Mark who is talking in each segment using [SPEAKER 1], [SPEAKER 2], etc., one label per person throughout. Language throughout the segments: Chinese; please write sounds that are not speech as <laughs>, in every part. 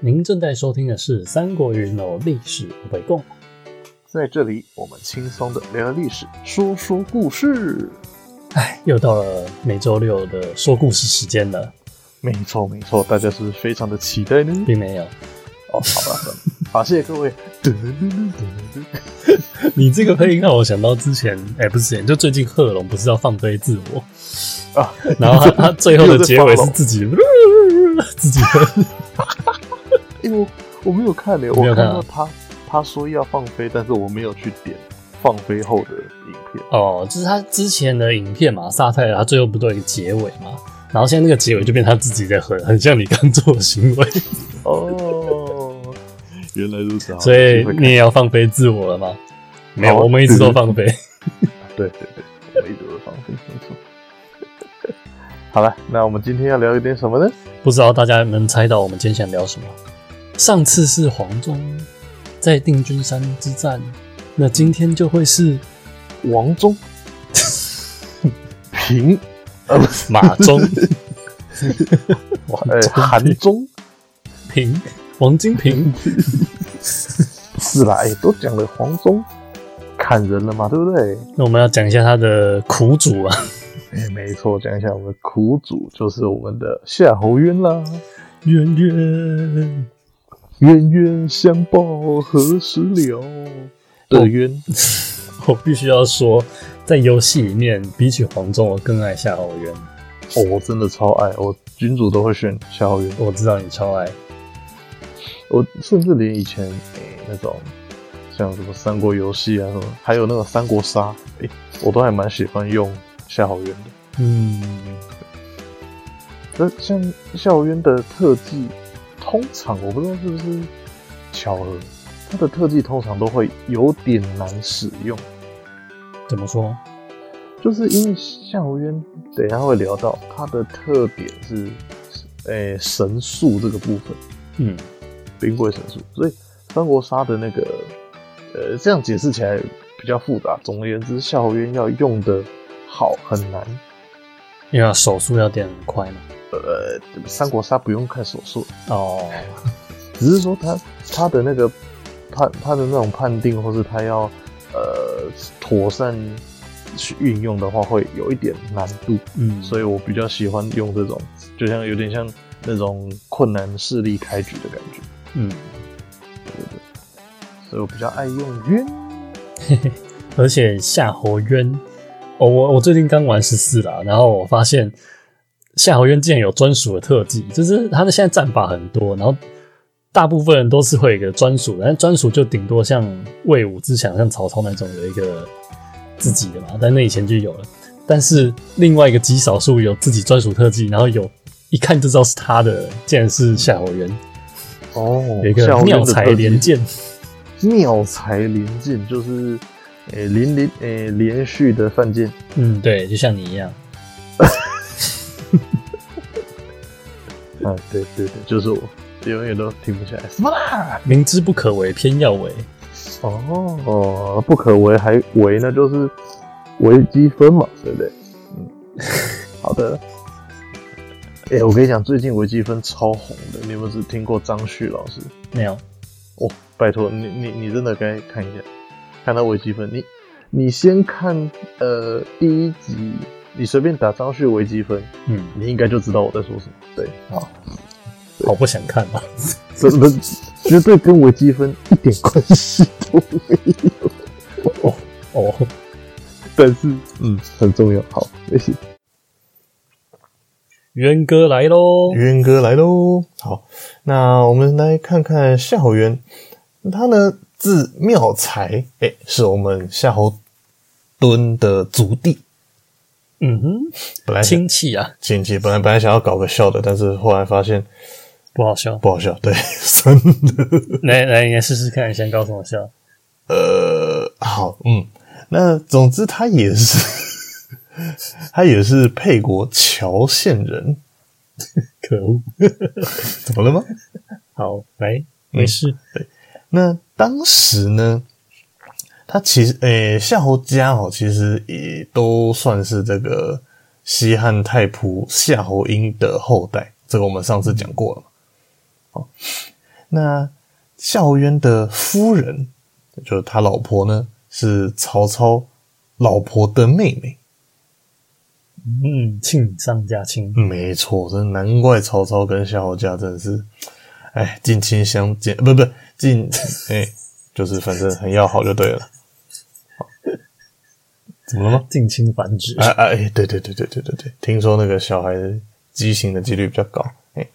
[SPEAKER 1] 您正在收听的是《三国云楼历史不为共》，
[SPEAKER 2] 在这里我们轻松的聊聊历史，说说故事。
[SPEAKER 1] 哎，又到了每周六的说故事时间了，
[SPEAKER 2] 没错没错，大家是不是非常的期待呢？
[SPEAKER 1] 并没有。
[SPEAKER 2] <laughs> 哦，好吧，算了好，谢谢各位。
[SPEAKER 1] <laughs> 你这个配音让我想到之前，哎、不是之前，就最近贺龙不是要放飞自我，
[SPEAKER 2] 啊，
[SPEAKER 1] 然后他他最后的结尾是自 <laughs> 己自己
[SPEAKER 2] 因为我哎我没有看呢、
[SPEAKER 1] 没
[SPEAKER 2] 我
[SPEAKER 1] 有看
[SPEAKER 2] 看
[SPEAKER 1] 啊
[SPEAKER 2] 到他他说要放飞，但是我没有去点放飞后的影片。
[SPEAKER 1] 哦，就是他之前的影片嘛，萨泰尔他最后不都有一个结尾嘛，然后现在那个结尾就变成他自己在很很像你刚做的行为，
[SPEAKER 2] 哦， <laughs> 原来如此，好
[SPEAKER 1] 所
[SPEAKER 2] 有
[SPEAKER 1] 以
[SPEAKER 2] 机会
[SPEAKER 1] 哦
[SPEAKER 2] 看
[SPEAKER 1] 你也要放飞自我了吗？没有，
[SPEAKER 2] 好啊
[SPEAKER 1] 我们一直都放飞。
[SPEAKER 2] 对对对，我们一直都放飞，没错。 <laughs> 好了，那我们今天要聊一点什么呢？
[SPEAKER 1] 不知道大家能猜到我们今天想聊什么？上次是黄忠在定军山之战，那今天就会
[SPEAKER 2] <laughs>
[SPEAKER 1] 是
[SPEAKER 2] <laughs> 王忠 <laughs> 平，呃，不是
[SPEAKER 1] 马
[SPEAKER 2] <laughs>
[SPEAKER 1] 忠、王
[SPEAKER 2] 呃，韩
[SPEAKER 1] 忠
[SPEAKER 2] 忠
[SPEAKER 1] 平、王金平。
[SPEAKER 2] 是啦，哎、都讲了黄忠砍人了嘛，对不对？
[SPEAKER 1] 那我们要讲一下他的苦主啊，
[SPEAKER 2] 哎、没错，讲一下我们的苦主就是我们的夏侯渊啦。
[SPEAKER 1] 圆圆。
[SPEAKER 2] 冤冤相报何时了？的冤，
[SPEAKER 1] 我必须要说，在游戏里面，比起黄忠，我更爱夏侯渊。
[SPEAKER 2] 哦，我真的超爱，我君主都会选夏侯渊，
[SPEAKER 1] 我知道你超爱，
[SPEAKER 2] 我甚至连以前诶、那种像什么三国游戏啊什么，还有那个三国杀，诶、我都还蛮喜欢用夏侯渊的。
[SPEAKER 1] 嗯，
[SPEAKER 2] 那像夏侯渊的特技，通常我不知道是不是巧合，他的特技通常都会有点难使用，
[SPEAKER 1] 怎么说？
[SPEAKER 2] 就是因为夏侯渊，等一下会聊到他的特点是，诶、神术这个部分，
[SPEAKER 1] 嗯，
[SPEAKER 2] 冰柜神术，所以三国杀的那个，呃，这样解释起来比较复杂。总而言之，夏侯渊要用的好很难，
[SPEAKER 1] 因为他手速要点很快嘛。
[SPEAKER 2] 呃，三国杀不用看手速，
[SPEAKER 1] 哦，
[SPEAKER 2] 只是说他他的那个判他的那种判定，或是他要呃妥善去运用的话，会有一点难度。
[SPEAKER 1] 嗯，
[SPEAKER 2] 所以我比较喜欢用这种，就像有点像那种困难势力开局的感觉，
[SPEAKER 1] 嗯。
[SPEAKER 2] 所以我比较爱用冤。
[SPEAKER 1] 而且夏侯渊，哦、我我最近刚玩十四啦，然后我发现夏侯渊竟然有专属的特技，就是他的现在战法很多，然后大部分人都是会有一个专属的，但专属就顶多像魏武之想，像曹操那种有一个自己的嘛，但那以前就有了。但是另外一个极少数有自己专属特技，然后有一看就知道是他的，竟然是夏侯渊，
[SPEAKER 2] 哦
[SPEAKER 1] 有一个妙才连，剑。
[SPEAKER 2] 妙才连剑就是，诶、连连诶、连续的犯贱，
[SPEAKER 1] 嗯，对，就像你一样，
[SPEAKER 2] 啊，对对对，就是我，永远都停不下来。什么啦？
[SPEAKER 1] 明知不可为，偏要为。
[SPEAKER 2] 哦哦，不可为还为呢，就是微积分嘛，对不对？嗯，好的。哎、我跟你讲，最近微积分超红的，你有没有只听过张旭老师？
[SPEAKER 1] 没有，
[SPEAKER 2] 哦，拜托你你你真的该看一下，看到微积分，你你先看呃第一集，你随便打张旭微积分，
[SPEAKER 1] 嗯，
[SPEAKER 2] 你应该就知道我在说什么。对，
[SPEAKER 1] 好不想看啊！
[SPEAKER 2] 这不绝对跟微积分一点关系 <laughs> 都没有。
[SPEAKER 1] <laughs> 哦，
[SPEAKER 2] 但是嗯，很重要。好，谢谢。
[SPEAKER 1] 渊哥来喽！
[SPEAKER 2] 渊哥来喽！好，那我们来看看夏侯渊，他呢字妙才，哎、是我们夏侯惇的族弟。
[SPEAKER 1] 嗯哼，
[SPEAKER 3] 本来想
[SPEAKER 1] 亲戚啊，
[SPEAKER 3] 亲戚，本来本来想要搞个笑的，但是后来发现
[SPEAKER 1] 不好笑。
[SPEAKER 3] 不好笑，对， <laughs> 真的。
[SPEAKER 1] 来来，你来试试看，你先告诉我笑。
[SPEAKER 3] 呃，好，嗯，那总之他也是， <laughs> 他也是沛国谯县人，
[SPEAKER 1] 可恶！
[SPEAKER 3] 怎么了吗？
[SPEAKER 1] 好，来，没事。
[SPEAKER 3] 那当时呢，他其实，诶、夏侯家哦，其实也都算是这个西汉太仆夏侯婴的后代，这个我们上次讲过了嘛。哦，
[SPEAKER 2] 那夏侯渊的夫人，就是他老婆呢，是曹操老婆的妹妹。
[SPEAKER 1] 嗯，庆上加庆，
[SPEAKER 2] 没错，真难怪曹操跟夏侯家真的是，哎，近亲相见，不不近， <laughs> 哎，就是反正很要好就对了。 <laughs> 好怎么了吗？
[SPEAKER 1] 近亲繁殖。
[SPEAKER 2] 啊啊！哎，对对对对对对对，听说那个小孩的畸形的几率比较高。哎，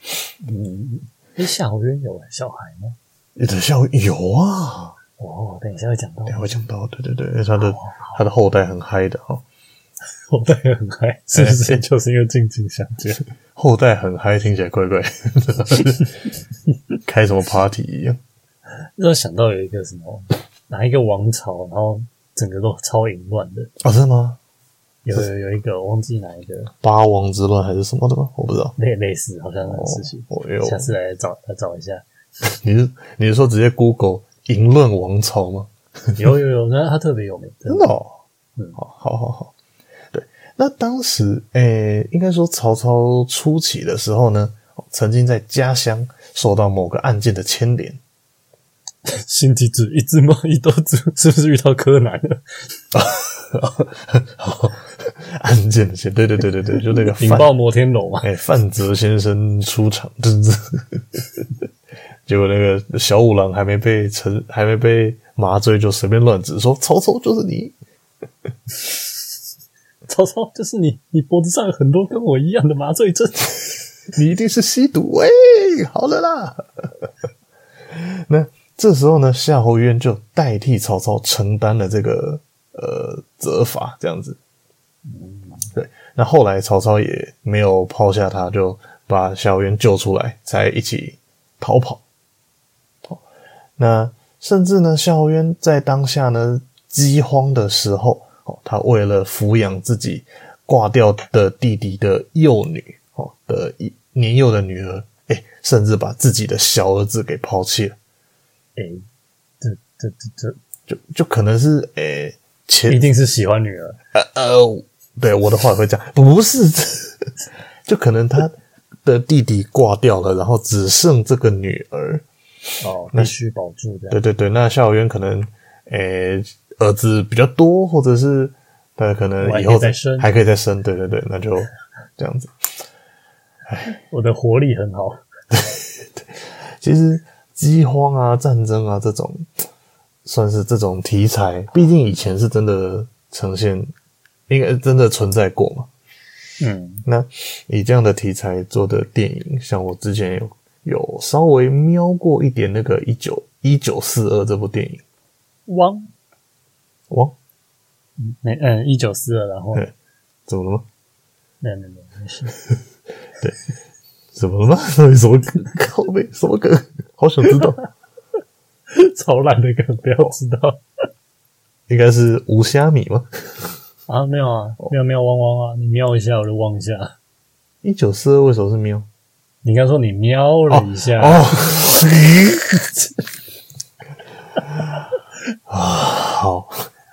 [SPEAKER 1] 嗯，哎，夏侯渊有小孩吗？
[SPEAKER 2] 等一下有啊，
[SPEAKER 1] 哦，等一下会讲到
[SPEAKER 2] 等一，下会讲到，对对对，因为哎他的他的后代很嗨的哦，
[SPEAKER 1] <laughs> 我代也很嗨，是不
[SPEAKER 2] 哎
[SPEAKER 1] 是 <laughs> 就是因为近亲相见？
[SPEAKER 2] 后代很嗨，听起来怪怪， <laughs> 开什么 party 一样。
[SPEAKER 1] 让我想到有一个什么，哪一个王朝，然后整个都超淫乱的，
[SPEAKER 2] 哦，真的吗？
[SPEAKER 1] 有 <laughs> 有有一个我忘记哪一个
[SPEAKER 2] 八王之乱还是什么的吗？我不知道。
[SPEAKER 1] 类类似，好像那个事情，
[SPEAKER 2] 哦哎呦
[SPEAKER 1] 下次来找来找一下。
[SPEAKER 2] 你是你是说直接 Google 淫乱王朝吗？
[SPEAKER 1] 有有有，那他特别有名，真
[SPEAKER 2] 真
[SPEAKER 1] 的 <laughs>
[SPEAKER 2] 的哦，
[SPEAKER 1] 嗯
[SPEAKER 2] 好，好，好，好，对。那当时，诶、应该说曹操初期的时候呢，曾经在家乡受到某个案件的牵连 <laughs>
[SPEAKER 1] 心机子一只猫 <laughs> 一兜子，是不是遇到柯南了？
[SPEAKER 2] 好，案件的牵，对对对
[SPEAKER 1] <laughs>
[SPEAKER 2] 对对，就那个
[SPEAKER 1] 引
[SPEAKER 2] 范，
[SPEAKER 1] 爆摩天楼嘛？
[SPEAKER 2] 哎、范泽先生出场， <laughs> 真是。结果那个小五郎还没被成，还没被麻醉，就随便乱指说曹操就是你，
[SPEAKER 1] 曹操就是你，你脖子上有很多跟我一样的麻醉 <laughs> 针。
[SPEAKER 2] 你一定是吸毒，喂、好了啦。 <laughs> 那这时候呢，夏侯渊就代替曹操承担了这个呃责罚，这样子。对，那后来曹操也没有抛下他，就把夏侯渊救出来，才一起逃跑。好那甚至呢，夏侯渊在当下呢饥荒的时候，哦，他为了抚养自己挂掉的弟弟的幼女，哦的一年幼的女儿，哎，甚至把自己的小儿子给抛弃了，
[SPEAKER 1] 哎、这这这
[SPEAKER 2] 就就可能是哎
[SPEAKER 1] 这一
[SPEAKER 2] 前
[SPEAKER 1] 定是喜欢女儿。
[SPEAKER 2] 呃呃，对我的话也会这样，不是， <laughs> 就可能他的弟弟挂掉了，然后只剩这个女儿，
[SPEAKER 1] 哦，必须保住这
[SPEAKER 2] 对
[SPEAKER 1] 样。
[SPEAKER 2] 对对，那夏侯渊可能，诶、儿子比较多，或者是他可能
[SPEAKER 1] 我还
[SPEAKER 2] 以
[SPEAKER 1] 可以
[SPEAKER 2] 后
[SPEAKER 1] 再生
[SPEAKER 2] 还可以再生，对对对，那就这样子。
[SPEAKER 1] 我的活力很好，
[SPEAKER 2] 其实饥荒啊、战争啊这种，算是这种题材，毕竟以前是真的呈现，应该呃真的存在过嘛。
[SPEAKER 1] 嗯，
[SPEAKER 2] 那以这样的题材做的电影，像我之前有有稍微瞄过一点那个一九一九四二这部电影，
[SPEAKER 1] 汪，
[SPEAKER 2] 哇，
[SPEAKER 1] 那嗯，一九四二，然后
[SPEAKER 2] 嗯怎么了吗？
[SPEAKER 1] 没有没有没有没事，
[SPEAKER 2] 怎么了吗？到底什么梗？ <laughs> 靠背什么梗？好想知道，
[SPEAKER 1] <laughs> 超烂的梗，不要知道
[SPEAKER 2] <laughs> 应该是无虾米吗？
[SPEAKER 1] 啊，没有啊，没有没有汪汪啊，你瞄一下我就汪一下，
[SPEAKER 2] 一九四二为什么是喵？
[SPEAKER 1] 你刚说你瞄了一下，
[SPEAKER 2] <laughs> 哦，啊，好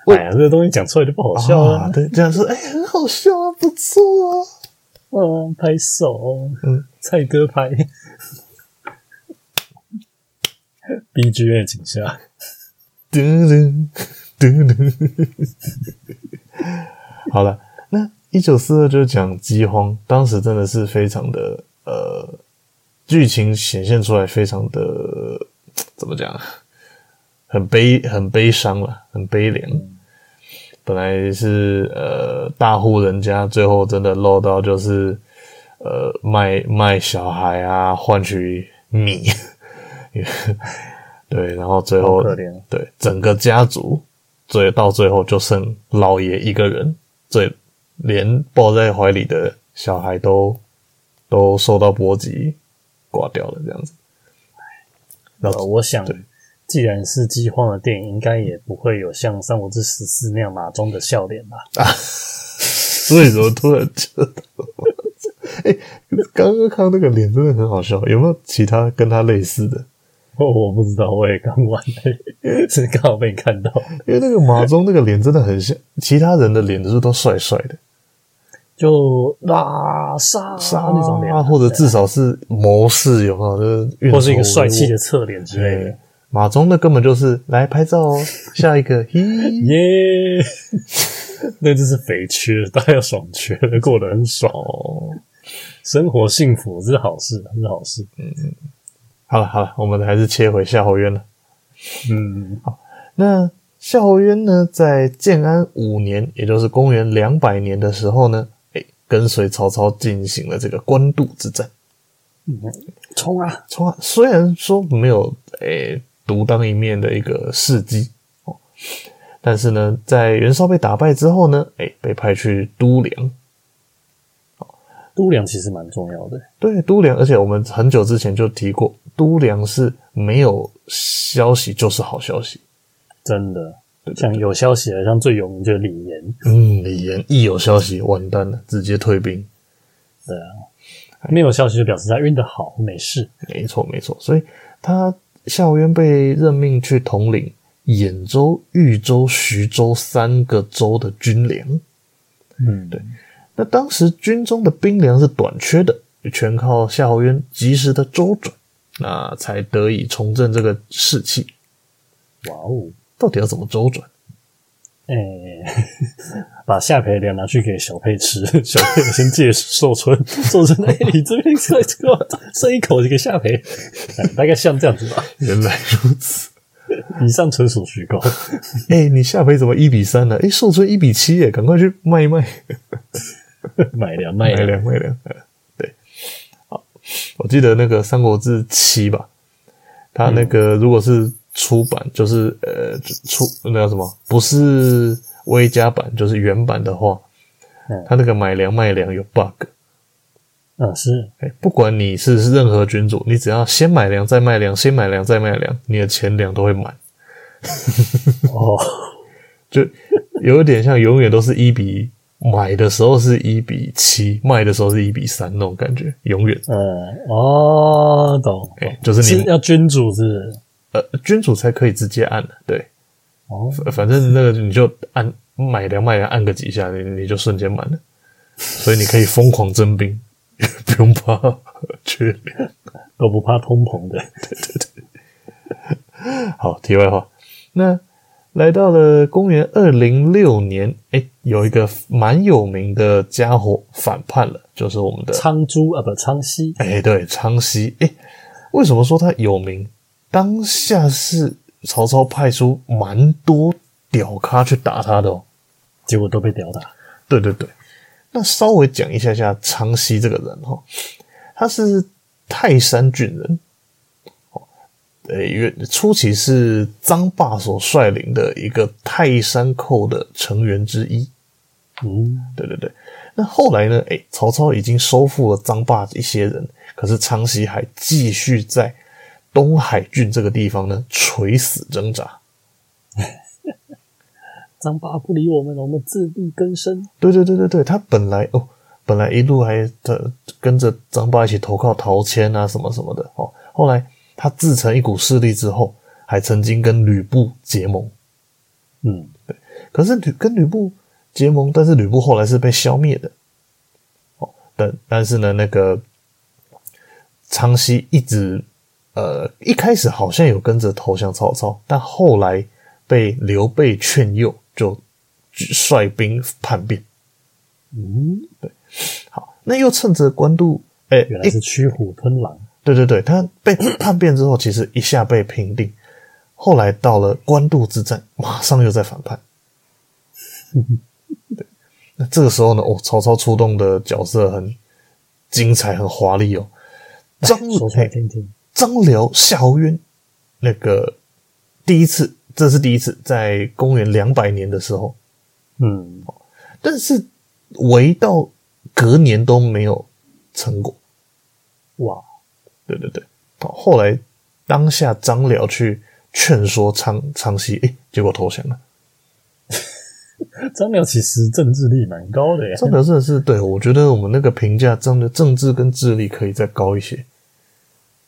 [SPEAKER 1] 哎呀，这个东西讲出来就不好笑
[SPEAKER 2] 啊
[SPEAKER 1] 了，
[SPEAKER 2] 对，这样说，哎、很好笑啊，不错啊，
[SPEAKER 1] 嗯，拍手，
[SPEAKER 2] 嗯，
[SPEAKER 1] 蔡哥拍 <laughs> ，B G M 请下，
[SPEAKER 2] 噔噔噔噔， <laughs> 好了，那一九四二就是讲饥荒，当时真的是非常的呃，剧情显现出来非常的怎么讲啊，很悲很悲伤了，很悲凉。本来是呃大户人家，最后真的落到就是呃卖卖小孩啊，换取米， <laughs> 对，然后最后
[SPEAKER 1] 好可怜
[SPEAKER 2] 对整个家族，最到最后就剩老爷一个人，最连抱在怀里的小孩都都受到波及，挂掉了这样子。
[SPEAKER 1] 那呃我想
[SPEAKER 2] 对。
[SPEAKER 1] 既然是饥荒的电影，应该也不会有像《三国志十四》那样马忠的笑脸吧？
[SPEAKER 2] <laughs> 为什么突然觉得？哎、刚刚看到那个脸真的很好笑，有没有其他跟他类似的？
[SPEAKER 1] 哦，我不知道，我也刚玩， <laughs> 是刚好被你看到。
[SPEAKER 2] 因为那个马忠那个脸真的很像其他人的脸，就是都帅帅的。
[SPEAKER 1] 就拉萨
[SPEAKER 2] 杀
[SPEAKER 1] 那种
[SPEAKER 2] 啊，
[SPEAKER 1] 凉，
[SPEAKER 2] 或者
[SPEAKER 1] 对
[SPEAKER 2] 至少是谋士有没有？就是运
[SPEAKER 1] 或是一个
[SPEAKER 2] 筹帷
[SPEAKER 1] 帅气
[SPEAKER 2] 幄
[SPEAKER 1] 的侧脸之类的
[SPEAKER 2] 对。，马忠那根本就是来拍照哦，下一个嘿，
[SPEAKER 1] 耶， <laughs> 那真是肥缺，大家爽缺，过得很爽，
[SPEAKER 2] 哦，
[SPEAKER 1] 生活幸福这是好事，这是好事。
[SPEAKER 2] 好了好了，我们还是切回夏侯渊了。
[SPEAKER 1] 嗯，
[SPEAKER 2] 那夏侯渊呢，在建安五年，也就是公元两百年的时候呢，哎、跟随曹操进行了这个官渡之战。
[SPEAKER 1] 冲啊！
[SPEAKER 2] 从来虽然说没有诶独当一面的一个事迹哦，但是呢，在袁绍被打败之后呢，诶、被派去都梁。
[SPEAKER 1] 度量其实蛮重要的，
[SPEAKER 2] 对，都梁，而且我们很久之前就提过，都梁是没有消息就是好消息。
[SPEAKER 1] 真的。像有消息的，像最有名就是李岩，
[SPEAKER 2] 嗯，李严一有消息，完蛋了，直接退兵。
[SPEAKER 1] 对啊，没有消息就表示他运的好，没事。
[SPEAKER 2] 没错，没错。所以他夏侯渊被任命去统领兖州、豫州、徐州三个州的军粮。
[SPEAKER 1] 嗯，对，
[SPEAKER 2] 那当时军中的兵粮是短缺的，全靠夏侯渊及时的周转，那才得以重振这个士气。
[SPEAKER 1] 哇哦，
[SPEAKER 2] 到底要怎么周转？
[SPEAKER 1] 哎、 <laughs> 把夏培良拿去给小佩吃， <laughs> 小佩先借寿春， <laughs> 寿春哎、你这边再个剩一口就给夏培、哎大概像这样子吧。
[SPEAKER 2] 原来如此。
[SPEAKER 1] 以上纯属虚构， <laughs>
[SPEAKER 2] 哎、你夏培怎么一比三呢、哎、寿春一比七耶，赶快去卖一卖，
[SPEAKER 1] 买粮
[SPEAKER 2] 卖
[SPEAKER 1] 卖粮，
[SPEAKER 2] 粮卖粮。呃对，好，我记得那个《三国志七》吧，它那
[SPEAKER 1] 嗯
[SPEAKER 2] 个如果是出版，就是呃出那叫什么，不是微加版，就是原版的话
[SPEAKER 1] 嗯，
[SPEAKER 2] 它那个买粮卖粮有 bug。
[SPEAKER 1] 嗯，是
[SPEAKER 2] 哎，不管你是是任何君主，你只要先买粮再卖粮，先买粮再卖粮，你的钱粮都会满，
[SPEAKER 1] 哦，
[SPEAKER 2] 就有一点像永远都是一比买的时候是一比七，卖的时候是一比三那种感觉，永远。
[SPEAKER 1] 嗯，哦，懂，
[SPEAKER 2] 哎、就是
[SPEAKER 1] 是
[SPEAKER 2] 你
[SPEAKER 1] 要君主是不是
[SPEAKER 2] 呃君主才可以直接按的，对，
[SPEAKER 1] 哦，
[SPEAKER 2] 呃反正那个你就按买粮卖粮按个几下，你你就瞬间满了，所以你可以疯狂征兵， <laughs> 不用怕缺粮。
[SPEAKER 1] 都不怕通膨的，
[SPEAKER 2] 好，题外话，那来到了公元二零六年，哎、有一个蛮有名的家伙反叛了，就是我们的，
[SPEAKER 1] 苍珠啊，不，苍溪，
[SPEAKER 2] 哎、对，昌熙，哎、为什么说他有名？当下是曹操派出蛮多屌咖去打他的哦。
[SPEAKER 1] 结果都被吊打，
[SPEAKER 2] 对对对，那稍微讲一下下昌熙这个人哈，他是泰山郡人，哦，呃，原初期是臧霸所率领的一个泰山寇的成员之一。
[SPEAKER 1] 嗯，
[SPEAKER 2] 对对对，那后来呢？哎，曹操已经收复了臧霸一些人，可是昌熙还继续在东海郡这个地方呢垂死挣扎。
[SPEAKER 1] 张爸不理我们，我们自力更生，
[SPEAKER 2] 对对对对对，他本来哦，本来一路还他跟着张霸一起投靠陶谦啊，什么什么的哦。后来他自成一股势力之后，还曾经跟吕布结盟，
[SPEAKER 1] 嗯，
[SPEAKER 2] 可是吕跟吕布结盟，但是吕布后来是被消灭的。哦，但但是呢，那个昌熙一直呃一开始好像有跟着投降曹操，但后来被刘备劝诱，就率兵叛变。
[SPEAKER 1] 嗯，
[SPEAKER 2] 好，那又趁着官渡，哎、
[SPEAKER 1] 原来
[SPEAKER 2] 一
[SPEAKER 1] 是驱虎吞狼， <laughs>
[SPEAKER 2] 对对对，他被
[SPEAKER 1] <coughs>
[SPEAKER 2] 叛变之后，其实一下被平定，后来到了官渡之战，马上又在反叛。对，那这个时候呢，哦，曹操出动的角色很精彩，很华丽哦。张
[SPEAKER 1] 哎
[SPEAKER 2] 哎
[SPEAKER 1] 说出来听听，
[SPEAKER 2] 张辽、夏侯渊，那个第一次，这是第一次，在公元两百年的时候，
[SPEAKER 1] 嗯，
[SPEAKER 2] 但是围到隔年都没有成果。
[SPEAKER 1] 哇，
[SPEAKER 2] 对对对，好后来当下张辽去劝说昌昌熙，诶，结果投降了。
[SPEAKER 1] 张辽其实政治力蛮高的呀，
[SPEAKER 2] 张辽真的是对我觉得我们那个评价张辽政治跟智力可以再高一些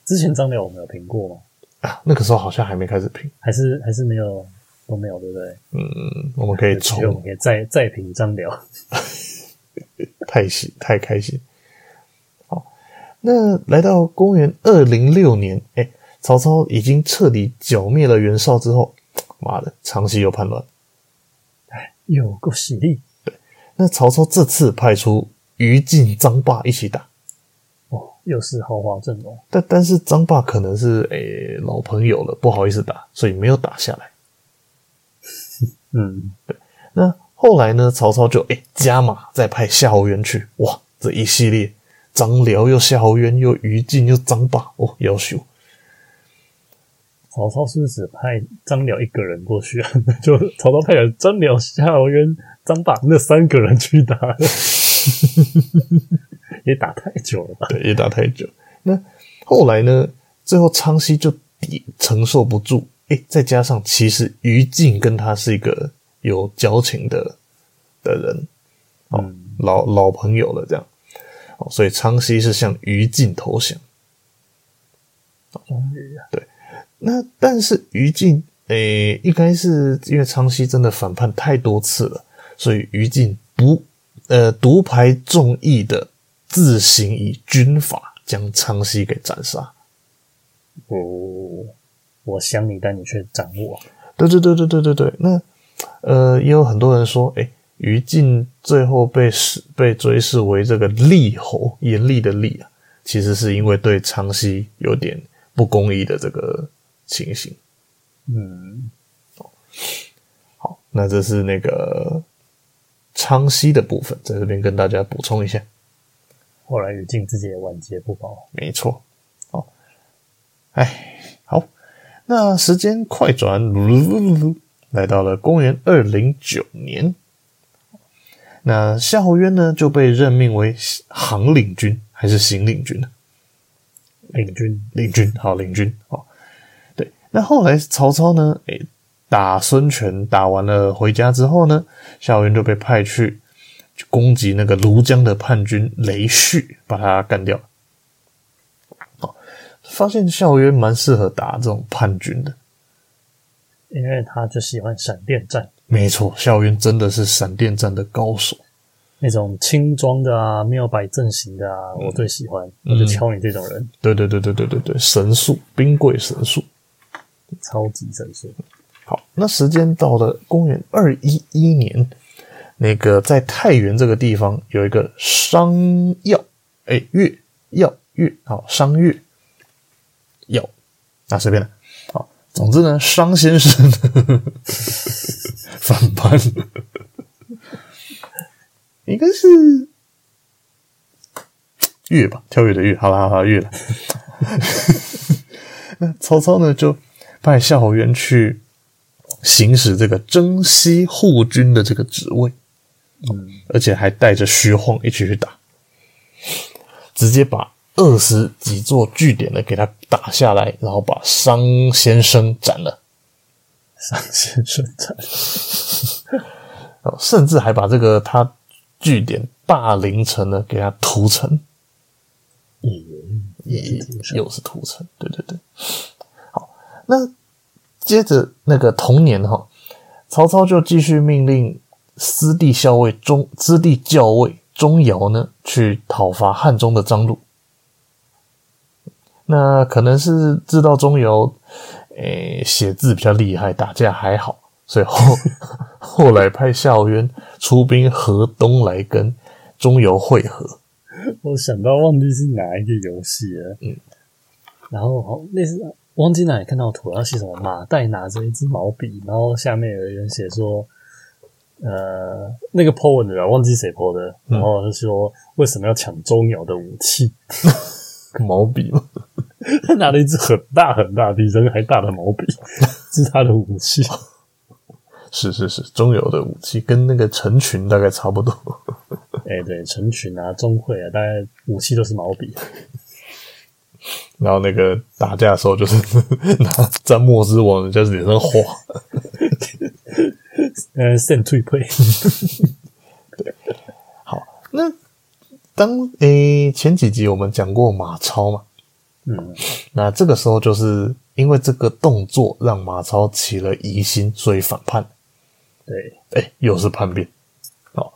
[SPEAKER 1] 之前张辽我们有评过吗？
[SPEAKER 2] 啊。那个时候好像还没开始评，
[SPEAKER 1] 还是还是没有都没有，对不对？
[SPEAKER 2] 嗯，我们可以
[SPEAKER 1] 所以我们
[SPEAKER 2] 重
[SPEAKER 1] 可以再再评张辽，
[SPEAKER 2] 太喜太开心。好，那来到公元二零六年，哎、曹操已经彻底剿灭了袁绍之后，妈的，长期又叛乱。
[SPEAKER 1] 有够犀利
[SPEAKER 2] 那曹操这次派出于禁、张霸一起打，
[SPEAKER 1] 哦，又是豪华阵容，
[SPEAKER 2] 但但是张霸可能是诶、老朋友了，不好意思打，所以没有打下来。
[SPEAKER 1] 嗯，
[SPEAKER 2] 那后来呢，曹操就诶、加码再派夏侯渊去，哇，这一系列张辽又夏侯渊又于禁又张霸，哦，要修。
[SPEAKER 1] 曹操是不是只派张辽一个人过去啊？就曹操派了张辽、夏侯渊、张霸那三个人去打， <laughs> 也打太久了吧？
[SPEAKER 2] 对，也打太久。那后来呢？最后昌熙就抵承受不住，诶、再加上其实于禁跟他是一个有交情的的人，哦，老老朋友了，这样，哦，所以昌熙是向于禁投降。哦
[SPEAKER 1] 终于啊，
[SPEAKER 2] 那但是于禁，诶、应该是因为昌熙真的反叛太多次了，所以于禁不，呃，独排众议的自行以军法将昌熙给斩杀。
[SPEAKER 1] 哦，我想你，但你却掌握。
[SPEAKER 2] 对对对对对对对。那呃，也有很多人说，诶、于禁最后被视被追视为这个厉侯，严厉的厉啊，其实是因为对昌熙有点不公义的这个情形。
[SPEAKER 1] 嗯，
[SPEAKER 2] 好，那这是那个昌熙的部分，在这边跟大家补充一下。
[SPEAKER 1] 后来于禁自己也晚节不保。
[SPEAKER 2] 没错，哦，哎，好，那时间快转，来到了公元二零九年。那夏侯渊呢就被任命为行领军，还是行领军呢？
[SPEAKER 1] 领军
[SPEAKER 2] 领军，好，领军，哦，对。那后来曹操呢，诶、打孙权打完了回家之后呢，夏侯渊就被派去去攻击那个庐江的叛军雷旭，把他干掉。哦，发现夏侯渊蛮适合打这种叛军的，
[SPEAKER 1] 因为他就喜欢闪电战
[SPEAKER 2] 没错，夏侯渊真的是闪电战的高手。
[SPEAKER 1] 那种轻装的啊，没有摆阵型的啊，我最喜欢，我就挑你这种人，
[SPEAKER 2] 对对对对对对对，神速，兵贵神速。
[SPEAKER 1] 超级神速。
[SPEAKER 2] 好，那时间到了公元二一一年，那个在太原这个地方有一个商鞅，哎、越鞅越好，商越鞅，那随便了。好，总之呢，商先生反叛，应该是越吧，跳跃的越，好啦好啦， <laughs> 越了。那曹操呢，就派夏侯渊去行使这个征西护军的这个职位，嗯，而且还带着徐晃一起去打，直接把二十几座据点呢给他打下来，然后把商先生斩了，
[SPEAKER 1] 上线生
[SPEAKER 2] <laughs>
[SPEAKER 1] 产，
[SPEAKER 2] 然后哦甚至还把这个他据点霸陵城呢给他屠城，嗯也又是屠城，对对对。好，那接着那个同年哈，曹操就继续命令司地校尉钟、司地校尉钟繇呢去讨伐汉中的张鲁。那可能是知道钟繇，诶、写字比较厉害，打架还好，所以后 <laughs> 后来派夏侯渊出兵河东来跟钟繇会合。
[SPEAKER 1] 我想到忘记是哪一个游戏了，
[SPEAKER 2] 嗯，
[SPEAKER 1] 然后好类似忘记哪里看到图，然后写什么马岱拿着一支毛笔，然后下面有人写说，呃，那个 po 文的人忘记谁 po 的，然后就说为什么要抢周鸟的武器？ <laughs>
[SPEAKER 2] 毛笔嘛，
[SPEAKER 1] 他拿了一支很大很大比人还大的毛笔，是他的武器。
[SPEAKER 2] 是是是，钟繇的武器跟那个成群大概差不多。
[SPEAKER 1] 哎、对，成群啊，钟会啊，大概武器都是毛笔。
[SPEAKER 2] 然后那个打架的时候，就是 <laughs> 拿沾墨汁往人家脸上画。
[SPEAKER 1] 呃，扇退配，
[SPEAKER 2] 那当诶、前几集我们讲过马超嘛，
[SPEAKER 1] 嗯，
[SPEAKER 2] 那这个时候就是因为这个动作让马超起了疑心，所以反叛。
[SPEAKER 1] 对，
[SPEAKER 2] 哎、又是叛变，哦，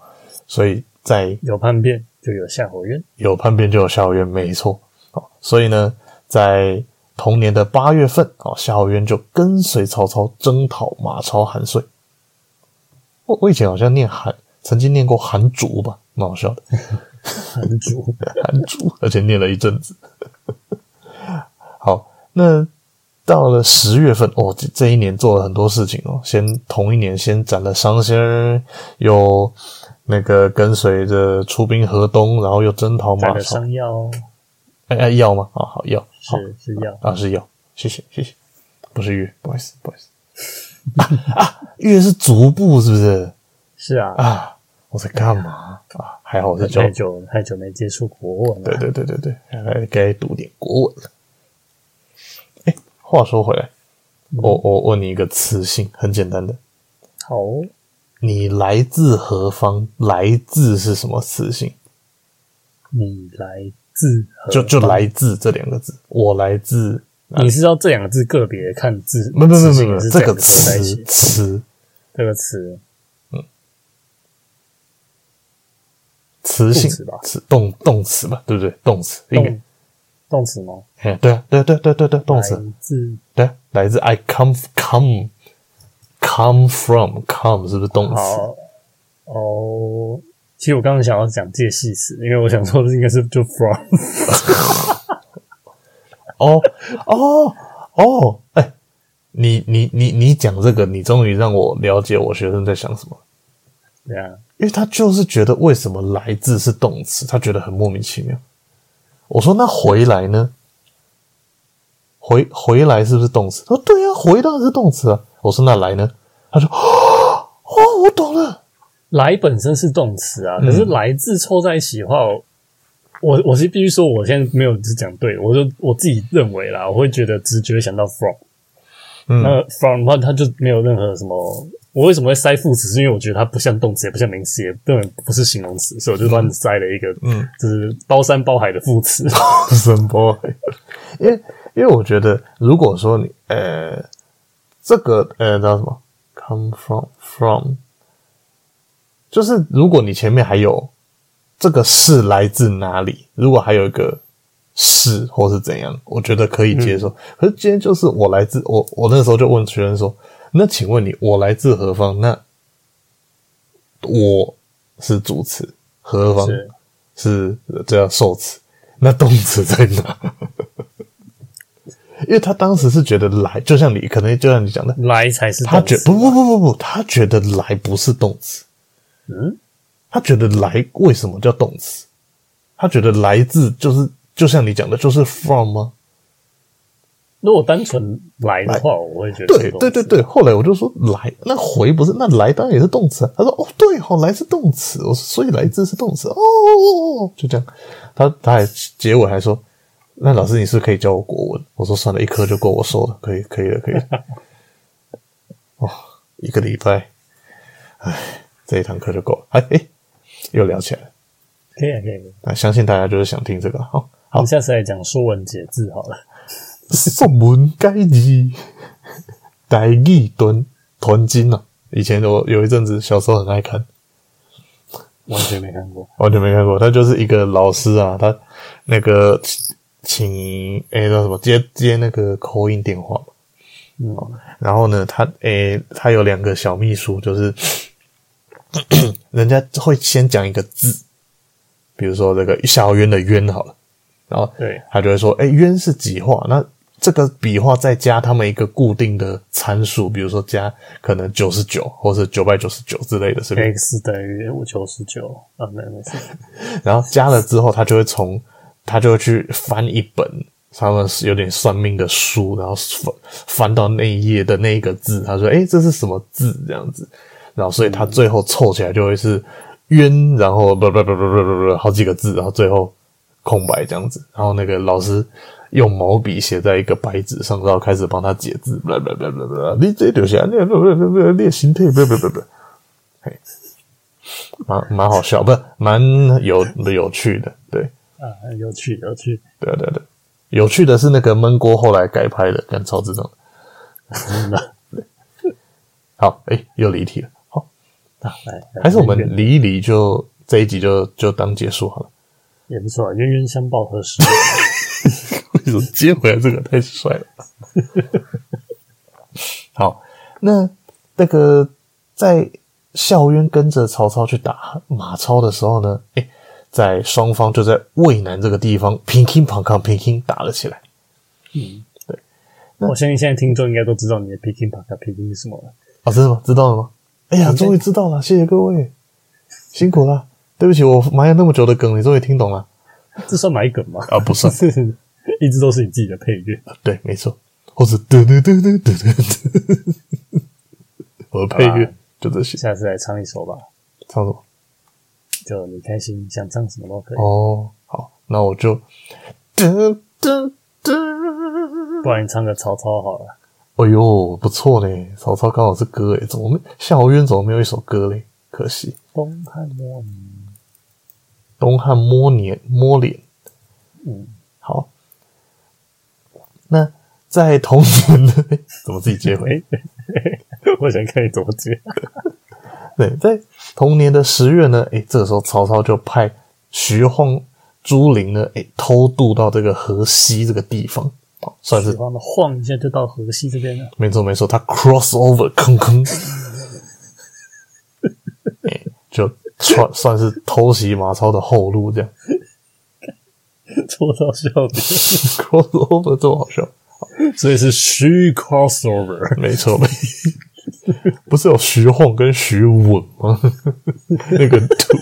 [SPEAKER 2] 所以在
[SPEAKER 1] 有叛变就有夏侯渊，
[SPEAKER 2] 有叛变就有夏侯渊，没错。哦，所以呢，在同年的八月份，哦，夏侯渊就跟随曹操征讨马超、韩遂。我我以前好像念韩，曾经念过韩竹吧，蛮好笑的， <laughs>
[SPEAKER 1] 韩主
[SPEAKER 2] 韩竹，而且念了一阵子。好，那到了十月份，哦，这这一年做了很多事情哦。先同一年先斩了伤心儿，又那个跟随着出兵河东，然后又征讨
[SPEAKER 1] 打
[SPEAKER 2] 马
[SPEAKER 1] 了
[SPEAKER 2] 超。
[SPEAKER 1] 伤药，哦
[SPEAKER 2] 哎哎，要吗？啊，好要。好
[SPEAKER 1] 是是药，
[SPEAKER 2] 啊，是药，谢谢谢谢，不是月，不好意思不好意思。啊啊，月是足部是不是？
[SPEAKER 1] 是啊，
[SPEAKER 2] 啊，我在干嘛啊？还好我在教
[SPEAKER 1] 太，久太久没接触国文
[SPEAKER 2] 对
[SPEAKER 1] 了，
[SPEAKER 2] 对对对对，还该读点国文了。哎，话说回来，我
[SPEAKER 1] 嗯
[SPEAKER 2] 我问你一个词性，很简单的，
[SPEAKER 1] 好，
[SPEAKER 2] 你来自何方？来自是什么词性？
[SPEAKER 1] 你来自何
[SPEAKER 2] 就就
[SPEAKER 1] 方，
[SPEAKER 2] 来自这两个字，我来自。
[SPEAKER 1] 你是要这两个字个别看字，
[SPEAKER 2] 没有没有没
[SPEAKER 1] 字
[SPEAKER 2] 有
[SPEAKER 1] 形
[SPEAKER 2] 没有，
[SPEAKER 1] 是
[SPEAKER 2] 这
[SPEAKER 1] 两
[SPEAKER 2] 个
[SPEAKER 1] 合在一
[SPEAKER 2] 词
[SPEAKER 1] 起
[SPEAKER 2] 词
[SPEAKER 1] 这个词
[SPEAKER 2] 词
[SPEAKER 1] 动
[SPEAKER 2] 性
[SPEAKER 1] 词吧
[SPEAKER 2] 词动动词吧，对不对？动词应该
[SPEAKER 1] 动动词吗？
[SPEAKER 2] 哎，对啊，对啊对啊对啊对啊对啊，动词
[SPEAKER 1] 来自
[SPEAKER 2] 对啊，来自 I come come come from come 是不是动词？
[SPEAKER 1] 好哦。其实我刚刚想要讲介系词，因为我想说的应该是就 from <laughs>
[SPEAKER 2] 哦哦哦，哎，你你你你讲这个，你终于让我了解我学生在想什么，
[SPEAKER 1] 对啊，
[SPEAKER 2] 因为他就是觉得为什么来自是动词，他觉得很莫名其妙。我说那回来呢？回回来是不是动词？他说对啊，回当然是动词啊。我说那来呢？他说哦，我懂了。
[SPEAKER 1] 来本身是动词
[SPEAKER 2] 嗯
[SPEAKER 1] 啊，可是来自凑在一起的话，我我是必须说，我现在没有是讲对，我就我自己认为啦，我会觉得直觉想到 from，、
[SPEAKER 2] 嗯
[SPEAKER 1] 那 from 的话，它就没有任何什么。我为什么会塞副词？是因为我觉得它不像动词，也不像名词，也根本不是形容词，所以我就乱塞了一个，
[SPEAKER 2] 嗯，
[SPEAKER 1] 就是包山包海的副
[SPEAKER 2] <laughs>
[SPEAKER 1] 词。
[SPEAKER 2] 什么？因为因为我觉得，如果说你呃，这个呃叫什么，come from from，就是如果你前面还有这个是来自哪里，如果还有一个是或是怎样，我觉得可以接受。可是今天就是我来自我，我那时候就问学生说，那请问你我来自何方？那我是主词，何方
[SPEAKER 1] 是
[SPEAKER 2] 是呃这叫受词，那动词在哪？ <laughs> 因为他当时是觉得来，就像你可能就像你讲的，
[SPEAKER 1] 来才是
[SPEAKER 2] 他
[SPEAKER 1] 动
[SPEAKER 2] 觉
[SPEAKER 1] 词，
[SPEAKER 2] 不不不不不，他觉得来不是动词，
[SPEAKER 1] 嗯，
[SPEAKER 2] 他觉得来为什么叫动词？他觉得来自就是就像你讲的，就是 from 吗？
[SPEAKER 1] 如果单纯来的话，我会觉得
[SPEAKER 2] 对
[SPEAKER 1] 是动词
[SPEAKER 2] 对对对，后来我就说来，那回不是那来当然也是动词、啊。他说哦对哦，来是动词，我说所以来自是动词哦哦哦，就这样。他他还结尾还说，那老师你是不是可以教我国文？我说算了，一科就够我收了，可以可以了可以了。哦，一个礼拜，哎，这一堂课就够了。哎哎，又聊起来了。
[SPEAKER 1] 可以啊可以啊。可以啊
[SPEAKER 2] 那相信大家就是想听这个，好
[SPEAKER 1] 我
[SPEAKER 2] 好
[SPEAKER 1] 们，下次来讲《说文解字》好了。
[SPEAKER 2] 宋文该字，台语屯屯金啊。以前我有一阵子小时候很爱看，
[SPEAKER 1] 完全没看过。
[SPEAKER 2] 完全没看过。他就是一个老师啊，他那个请请诶叫什么接接那个口音电话嘛
[SPEAKER 1] 嗯，
[SPEAKER 2] 然后呢，他诶、他有两个小秘书，就是 <clears throat> 人家会先讲一个字，比如说这个夏侯渊的渊好了，然后
[SPEAKER 1] 对
[SPEAKER 2] 他就会说，诶、渊是几画？那这个笔画再加他们一个固定的参数，比如说加可能九十九或是九百九十九之类的，随便
[SPEAKER 1] x 等于五九十九啊，没没事。
[SPEAKER 2] 然后加了之后，他就会从他就会去翻一本他们是有点算命的书，然后翻翻到那一页的那一个字，他说：“诶，这是什么字？”这样子，然后所以他最后凑起来就会是冤，然后不不不不不不不好几个字，然后最后空白这样子，然后那个老师。用毛笔写在一个白纸上，然后开始帮他解字，blah blah blah blah blah，你这留下，你不不不不，你的心态，不不不不，嘿，蛮蛮好笑，不是蛮有有趣的，对
[SPEAKER 1] 啊，有趣有趣。
[SPEAKER 2] 对啊对啊对啊，有趣的是那个闷锅后来改拍的，跟超智障。好，哎、又离题了，好，
[SPEAKER 1] 来，哎
[SPEAKER 2] 还是我们离一离就这一集就就当结束好了。
[SPEAKER 1] 也不错啊，冤冤相报何 <laughs> 时了？
[SPEAKER 2] 为什么接回来这个太帅了？ <laughs> 好，那那个在校渊跟着曹操去打马超的时候呢，哎、在双方就在渭南这个地方平平旁抗平平打了起来。
[SPEAKER 1] 我相信现在听众应该都知道你的 picking p a k picking 是什么了。
[SPEAKER 2] 哦，真的吗？知道了吗？哎呀，终于知道了，谢谢各位，辛苦了。对不起，我埋了那么久的梗，你终于听懂了
[SPEAKER 1] 这算买梗吗？ <laughs>
[SPEAKER 2] 啊？
[SPEAKER 1] 不
[SPEAKER 2] 不
[SPEAKER 1] 是，一直都是你自己的配乐。
[SPEAKER 2] <laughs> 对，没错，或是嘟嘟嘟嘟嘟嘟嘟， <laughs> 我的配
[SPEAKER 1] 好啦
[SPEAKER 2] 乐就这些。
[SPEAKER 1] 下次来唱一首吧，
[SPEAKER 2] 唱什么？
[SPEAKER 1] 就你开心想唱什么都可以，
[SPEAKER 2] 哦，好，那我就噔噔噔。
[SPEAKER 1] 不然你唱个曹操好了。
[SPEAKER 2] 哎呦，不错呢，曹操刚好是歌诶，怎么没夏侯渊怎么没有一首歌嘞？可惜，
[SPEAKER 1] 东汉末年，
[SPEAKER 2] 东汉摸年摸脸。
[SPEAKER 1] 嗯，
[SPEAKER 2] 好，那在同年的怎么自己接
[SPEAKER 1] <laughs>
[SPEAKER 2] 回？
[SPEAKER 1] 喂，我想看你怎么接。
[SPEAKER 2] 对，在同年的十月呢，哎，这个时候曹操就派徐晃、朱灵呢，哎，偷渡到这个河西这个地方，哦，算
[SPEAKER 1] 喜
[SPEAKER 2] 是
[SPEAKER 1] 欢的晃一下就到河西这边了。 <laughs>
[SPEAKER 2] 没错没错，他 cross over 坑坑，哎就算算是偷袭马超的后路，这样 <laughs>
[SPEAKER 1] 做到笑点，
[SPEAKER 2] cross over 这么好笑，
[SPEAKER 1] <laughs> 所以是 she crossover。
[SPEAKER 2] 没错 <laughs> 没错，不是有徐晃跟徐稳吗？ <laughs> 那个图，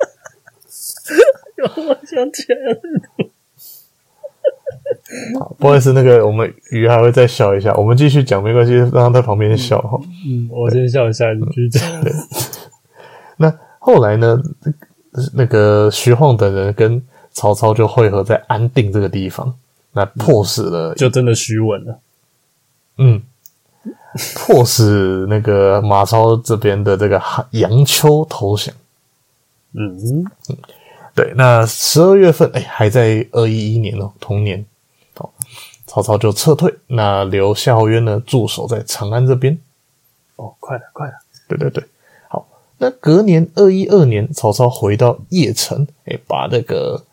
[SPEAKER 1] <laughs> 我想起来了，
[SPEAKER 2] 不好意思，那个我们鱼还会再笑一下，我们继续讲没关系，让他在旁边笑哈。
[SPEAKER 1] 嗯，我先笑一下，你继续讲。
[SPEAKER 2] 那后来呢，那个徐晃等人跟曹操就汇合在安定这个地方，那迫使了，
[SPEAKER 1] 就真的虚稳了。
[SPEAKER 2] 嗯，迫使那个马超这边的这个杨秋投降。
[SPEAKER 1] 嗯，
[SPEAKER 2] 对，那十二月份，哎、还在二一一年哦，同年，好，曹操就撤退，那留夏侯渊呢驻守在长安这边。
[SPEAKER 1] 哦，快了，快了，
[SPEAKER 2] 对对对，好，那隔年二一二年，曹操回到邺城，哎、把那个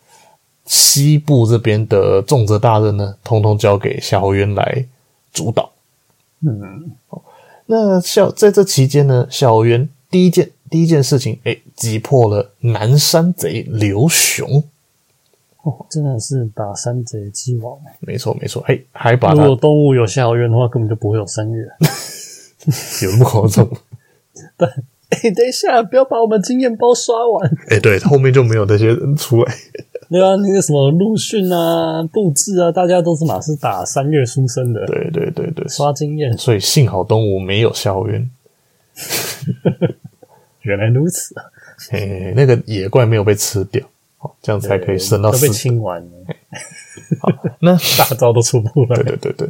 [SPEAKER 2] 西部这边的重责大任呢，通通交给夏侯渊来主导。
[SPEAKER 1] 嗯，
[SPEAKER 2] 那夏在这期间呢，夏侯渊第一件第一件事情，哎、击破了南山贼刘雄，
[SPEAKER 1] 哦，真的是打山贼之王。
[SPEAKER 2] 没错没错，哎、还把
[SPEAKER 1] 如
[SPEAKER 2] 他
[SPEAKER 1] 果动物有夏侯渊的话，根本就不会有三月。
[SPEAKER 2] 有那么夸张吗？
[SPEAKER 1] <laughs> 哎、等一下，不要把我们经验包刷完。
[SPEAKER 2] <laughs> 哎、对，后面就没有那些人出来。
[SPEAKER 1] <laughs> 对啊，那个什么陆逊啊、布置啊，大家都是马是打三月出生的，
[SPEAKER 2] <laughs> 对对对对，
[SPEAKER 1] 刷经验。
[SPEAKER 2] 所以幸好东吴没有夏侯渊，
[SPEAKER 1] 原来如此啊，
[SPEAKER 2] 嘿嘿嘿，那个野怪没有被吃掉，好，这样才可以升到
[SPEAKER 1] 都
[SPEAKER 2] 四
[SPEAKER 1] 被。清完了，
[SPEAKER 2] 那
[SPEAKER 1] 大招都出不来
[SPEAKER 2] <laughs> 对。对对对，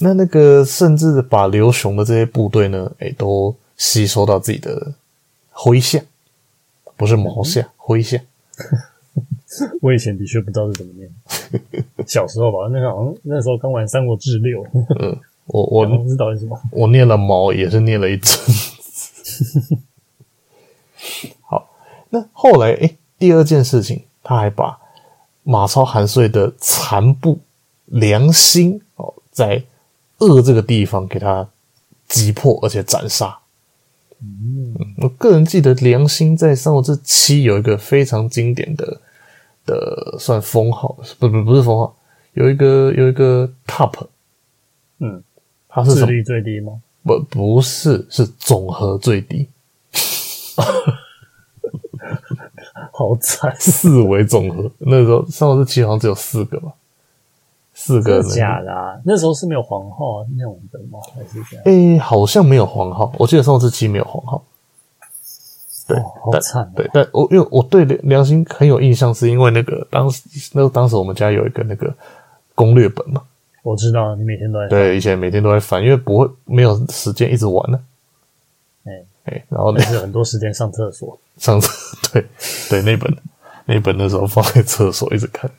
[SPEAKER 2] 那那个甚至把刘雄的这些部队呢，哎、都吸收到自己的麾下，不是毛下，
[SPEAKER 1] 嗯
[SPEAKER 2] 麾下。
[SPEAKER 1] 我以前的确不知道是怎么
[SPEAKER 2] <laughs>
[SPEAKER 1] 念，小时候吧，那个好像那时候刚玩《三国志
[SPEAKER 2] <laughs>
[SPEAKER 1] 六》，
[SPEAKER 2] 嗯，我
[SPEAKER 1] 我
[SPEAKER 2] 我
[SPEAKER 1] 不知道是什么。
[SPEAKER 2] 我念了毛也是念了一阵子。 <laughs> 好，那后来哎、诶第二件事情，他还把马超、韩遂的残部良心哦，在鄂这个地方给他击破，而且斩杀。嗯，我个人记得良心在《三国志七》有一个非常经典的的算封号，不不不是封号，有一个有一个 top，
[SPEAKER 1] 嗯，
[SPEAKER 2] 他是什
[SPEAKER 1] 智
[SPEAKER 2] 么？
[SPEAKER 1] 力最低吗？
[SPEAKER 2] 不，不是，是总和最低，
[SPEAKER 1] 好惨，
[SPEAKER 2] 四维总和。那时候上国志七好像只有四个吧，四个
[SPEAKER 1] 真
[SPEAKER 2] 人
[SPEAKER 1] 的假的啊？那时候是没有皇后那种的吗？还是这样？
[SPEAKER 2] 诶、好像没有黄号，我记得上国志七没有黄号。对，
[SPEAKER 1] 哦好
[SPEAKER 2] 但
[SPEAKER 1] 惨哦
[SPEAKER 2] 对，但我因为我对良良心很有印象，是因为那个当时那当时我们家有一个那个攻略本嘛，
[SPEAKER 1] 我知道你每天都在
[SPEAKER 2] 对，以前每天都在翻，因为不会没有时间一直玩呢、啊
[SPEAKER 1] 哎，
[SPEAKER 2] 诶、然后
[SPEAKER 1] 还
[SPEAKER 2] 那
[SPEAKER 1] 是很多时间上厕所。
[SPEAKER 2] 上次 <laughs> 对对那本那本那时候放在厕所一直看，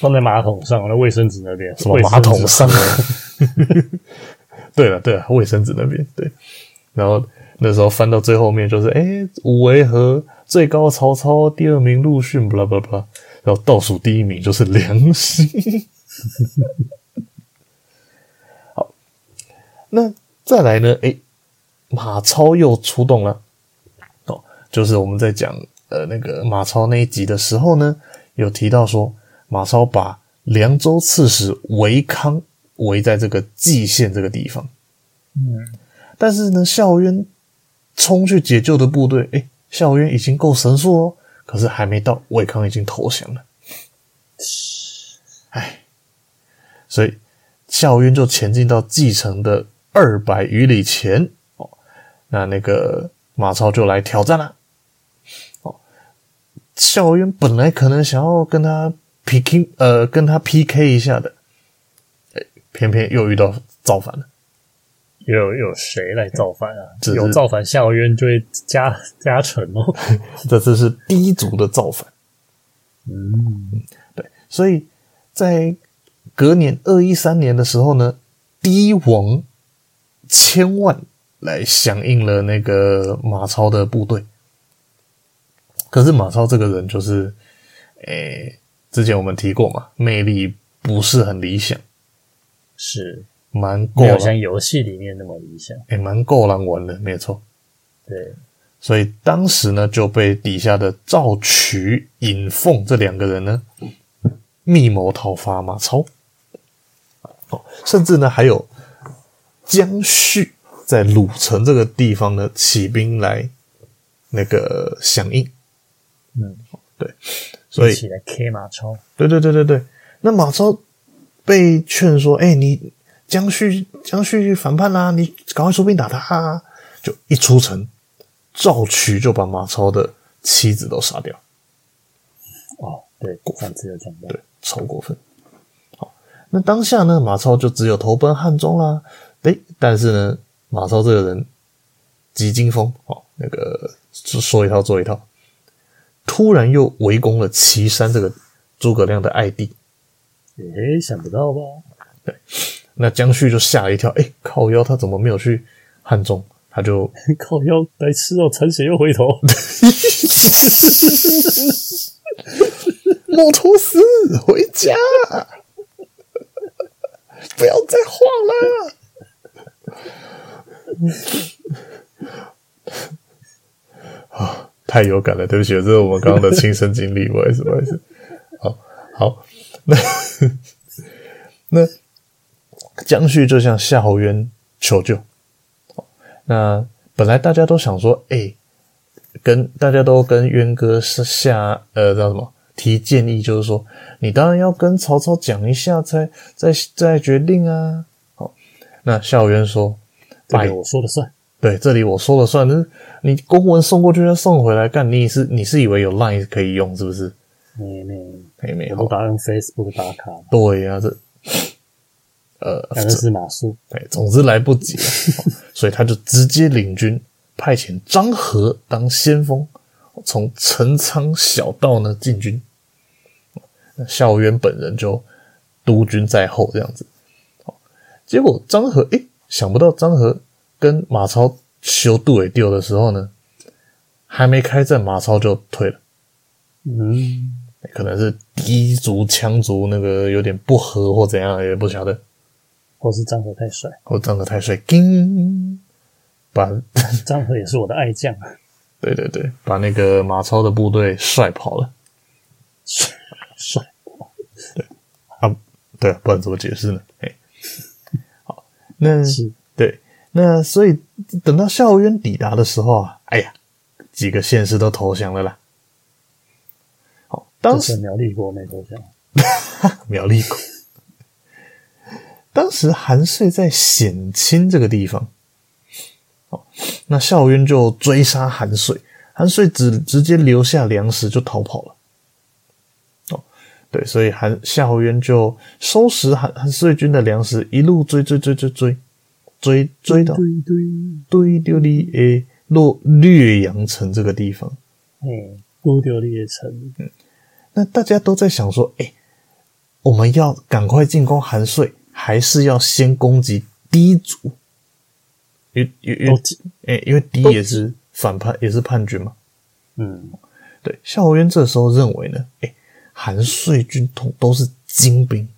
[SPEAKER 1] 放在马桶上，那卫生纸那边，
[SPEAKER 2] 什么
[SPEAKER 1] 卫生纸
[SPEAKER 2] 马 <laughs> 啊桶上。对了对了，卫生纸那边对，然后那时候翻到最后面就是，哎、五维和最高曹操，第二名陆逊，巴拉巴拉巴拉，然后倒数第一名就是梁兴。 <laughs> 好，那再来呢？哎、马超又出动了。哦，就是我们在讲呃那个马超那一集的时候呢，有提到说马超把凉州刺史韦康围在这个蓟县这个地方。嗯，但是呢，孝渊冲去解救的部队，诶、孝渊已经够神速哦，可是还没到，韦康已经投降了。唉，所以孝渊就前进到蓟城的二百余里前，哦，那那个马超就来挑战了。哦校渊本来可能想要跟他 PK，呃，跟他 PK 一下的，哎，偏偏又遇到造反了。
[SPEAKER 1] 又 <laughs> 有又有谁来造反啊
[SPEAKER 2] 这？是
[SPEAKER 1] 有造反，夏侯渊就会加加成
[SPEAKER 2] <laughs>
[SPEAKER 1] 哦。
[SPEAKER 2] 这次是低族的造反，
[SPEAKER 1] 嗯，
[SPEAKER 2] 对，所以在隔年二一三年的时候呢，低王千万来响应了那个马超的部队。可是马超这个人就是，诶、之前我们提过嘛，魅力不是很理想，
[SPEAKER 1] 是
[SPEAKER 2] 蛮够
[SPEAKER 1] 没有
[SPEAKER 2] 了，
[SPEAKER 1] 像游戏里面那么理想。
[SPEAKER 2] 也蛮够狼玩的，没有错。
[SPEAKER 1] 对，
[SPEAKER 2] 所以当时呢，就被底下的赵渠、尹凤这两个人呢，密谋讨伐马超。哦，甚至呢，还有姜旭在鲁城这个地方呢，起兵来那个响应。
[SPEAKER 1] 嗯，
[SPEAKER 2] 对，所以
[SPEAKER 1] 一起来 K 马超，
[SPEAKER 2] 对对对对对。那马超被劝说：“哎、你江旭江旭反叛啦、你赶快出兵打他、啊。”就一出城，赵渠就把马超的妻子都杀掉，
[SPEAKER 1] 哦，对，上次有讲到，
[SPEAKER 2] 对，超过分。好，那当下呢，马超就只有投奔汉中啦。哎、但是呢，马超这个人急惊风，哦，那个说说一套做一套，突然又围攻了岐山这个诸葛亮的爱弟。
[SPEAKER 1] 诶，想不到吧？ <laughs>
[SPEAKER 2] 那江旭就吓了一跳，哎、靠腰，他怎么没有去汉中？他就
[SPEAKER 1] 靠腰白痴哦，残血又回
[SPEAKER 2] <laughs>
[SPEAKER 1] 头，
[SPEAKER 2] 莫愁思回家，不要再晃了。啊，太有感了，对不起，这是我们刚刚的亲身经历，不好意思，不好意思。好，好，那那江旭就向夏侯渊求救。那本来大家都想说，哎、跟大家都跟渊哥是下呃叫什么提建议，就是说你当然要跟曹操讲一下才，再再决定啊。好，那夏侯渊说：“
[SPEAKER 1] 这
[SPEAKER 2] 拜
[SPEAKER 1] 个我说了算。
[SPEAKER 2] 对，这里我说了算，就是你公文送过去再送回来，干你是你是以为有 Line 可以用是不是？
[SPEAKER 1] 没没，
[SPEAKER 2] 没没
[SPEAKER 1] 我
[SPEAKER 2] 好
[SPEAKER 1] 都，打用 Facebook 打卡，
[SPEAKER 2] 对呀、这呃，
[SPEAKER 1] 反正是马术，
[SPEAKER 2] 对，哎总之来不及了，哦所以他就直接领军，派遣张合当先锋，从陈仓小道呢进军。那夏侯渊本人就督军在后这样子。好，结果张合诶、想不到张合跟马超修杜尾丢的时候呢，还没开战，马超就退了。哎
[SPEAKER 1] 嗯，
[SPEAKER 2] 可能是敌族、羌族那个有点不和或怎样，也不晓得。
[SPEAKER 1] 或是张合太帅， <laughs>
[SPEAKER 2] 我张合太帅，叮，把
[SPEAKER 1] 张合也是我的爱将，啊
[SPEAKER 2] 对对对，把那个马超的部队帅跑了
[SPEAKER 1] 帅，
[SPEAKER 2] 啊！对，不然怎么解释呢？哎，好，那
[SPEAKER 1] 是
[SPEAKER 2] 对，那所以等到夏侯渊抵达的时候啊，哎呀，几个县市都投降了啦。好，当
[SPEAKER 1] 就
[SPEAKER 2] 时
[SPEAKER 1] 是苗栗国没投降，
[SPEAKER 2] 苗栗国，当时韩遂在显亲这个地方，哦，那夏侯渊就追杀韩遂，韩遂只直接留下粮食就逃跑了。哦，对，所以韩夏侯渊就收拾韩韩遂军的粮食，一路追追追追追追追到
[SPEAKER 1] 对对，
[SPEAKER 2] 堆丢里诶落略阳城这个地方。
[SPEAKER 1] 嗯，孤丢列城，
[SPEAKER 2] 那大家都在想说，哎、我们要赶快进攻韩遂，还是要先攻击低族？因为因为因
[SPEAKER 1] 都
[SPEAKER 2] 为诶、因为狄也是反叛，也是叛军嘛。
[SPEAKER 1] 嗯，
[SPEAKER 2] 对，夏侯渊这时候认为呢，哎、韩遂军统都是精兵，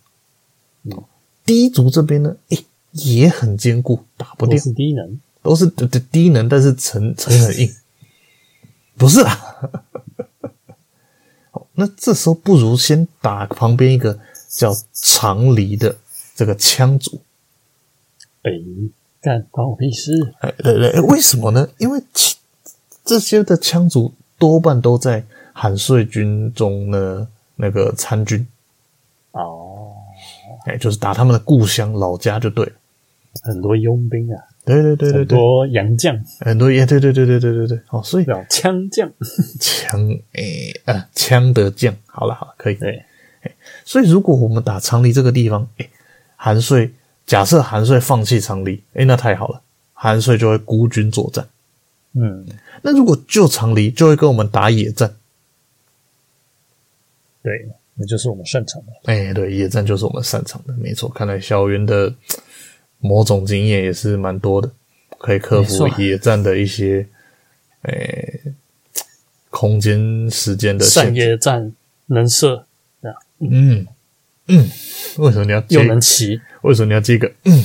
[SPEAKER 1] 嗯
[SPEAKER 2] 低族这边呢，哎、也很坚固，打不
[SPEAKER 1] 都
[SPEAKER 2] 掉，
[SPEAKER 1] 是低能，
[SPEAKER 2] 都是的的低能，但是层层很硬， <laughs> 不是啦。 <laughs> 好，那这时候不如先打旁边一个叫长离的这个羌族，
[SPEAKER 1] 哎、干关我屁事，
[SPEAKER 2] 哎，对对，哎为什么呢？因为其这些的羌族多半都在韩遂军中呢，那个参军，
[SPEAKER 1] 哦，
[SPEAKER 2] 哎，就是打他们的故乡老家就对了。
[SPEAKER 1] 很多佣兵啊，
[SPEAKER 2] 对对对对
[SPEAKER 1] 很
[SPEAKER 2] 对，
[SPEAKER 1] 多洋将，
[SPEAKER 2] 很多也哎对对对对对对对，哦，所以
[SPEAKER 1] 对吧枪将，
[SPEAKER 2] 羌哎啊羌的将，好了好了，可以。
[SPEAKER 1] 对，
[SPEAKER 2] 所以如果我们打长黎这个地方，哎，韩遂假设韩遂放弃长黎，哎，那太好了，韩遂就会孤军作战。
[SPEAKER 1] 嗯，
[SPEAKER 2] 那如果就长黎，就会跟我们打野战，
[SPEAKER 1] 对，那就是我们擅长的，
[SPEAKER 2] 哎、对，野战就是我们擅长的，没错。看来小云的嘖某种经验也是蛮多的，可以克服
[SPEAKER 1] 没错啊
[SPEAKER 2] 野战的一些，哎、嘖空间、时间的限
[SPEAKER 1] 善
[SPEAKER 2] 制。
[SPEAKER 1] 野战能射
[SPEAKER 2] 嗯嗯，为什么你要接
[SPEAKER 1] 又？能骑，
[SPEAKER 2] 为什么你要接一个？嗯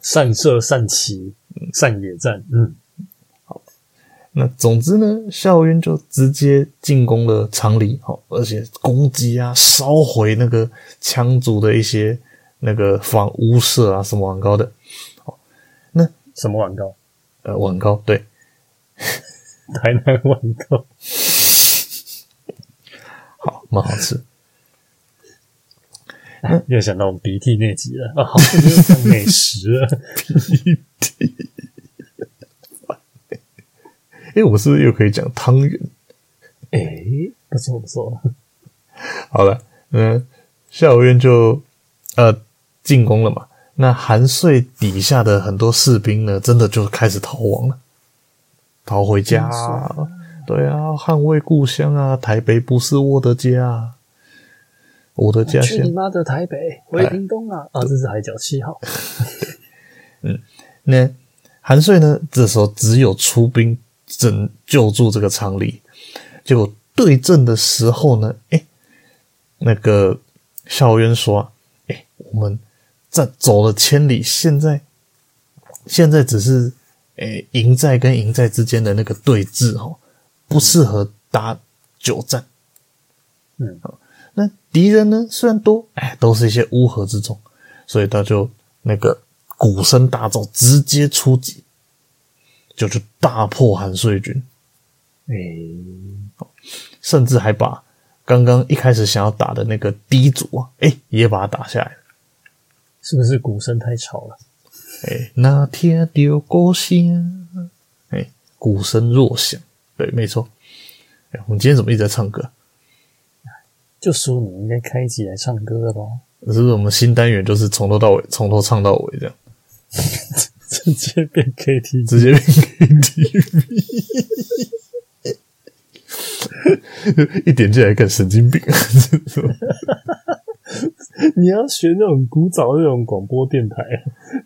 [SPEAKER 1] 善射善骑，善野战，嗯，
[SPEAKER 2] 那总之呢，校渊就直接进攻了长里，好，而且攻击啊，烧毁那个羌族的一些那个房屋舍啊，什么网高的，
[SPEAKER 1] 什么玩高？
[SPEAKER 2] 呃，网高对。
[SPEAKER 1] <laughs> 台南玩高，
[SPEAKER 2] 好，蛮好吃。嗯
[SPEAKER 1] 又想到我们鼻涕那集
[SPEAKER 2] <laughs>
[SPEAKER 1] 了啊，好，又讲美食了，
[SPEAKER 2] 哎、我是不是又可以讲汤圆？
[SPEAKER 1] 哎、不错不错，
[SPEAKER 2] 好了，嗯，夏侯渊就呃进攻了嘛。那韩遂底下的很多士兵呢，真的就开始逃亡了，逃回家、啊。对啊，捍卫故乡啊，台北不是我的家啊，我的家乡
[SPEAKER 1] 去你。妈的台北，回屏东
[SPEAKER 2] 哎
[SPEAKER 1] 啊！啊，这是海角七号，
[SPEAKER 2] 那韩遂呢，这时候只有出兵拯救助这个常理。结果对阵的时候呢，哎、那个校渊说、啊：“哎、我们在走了千里，现在现在只是哎营、寨跟营寨之间的那个对峙哦，不适合打久战。
[SPEAKER 1] 嗯，
[SPEAKER 2] 那敌人呢，虽然多，哎，都是一些乌合之众，所以他就那个鼓声大噪，直接出击，就去大破韩遂军，
[SPEAKER 1] 哎、
[SPEAKER 2] 甚至还把刚刚一开始想要打的那个低族啊，哎，也把他打下来了。
[SPEAKER 1] 是不是鼓声太吵了？
[SPEAKER 2] 哎，那天丢故乡，哎，鼓声若响，对，没错。哎，我们今天怎么一直在唱歌？
[SPEAKER 1] 就说你应该开一集来唱歌了吧？
[SPEAKER 2] 是不是我们新单元就是从头到尾，从头唱到尾这样？
[SPEAKER 1] <laughs> 直接变 KT，
[SPEAKER 2] 直接变 KTV，一点进来更神经病。
[SPEAKER 1] 你要学那种古早那种广播电台，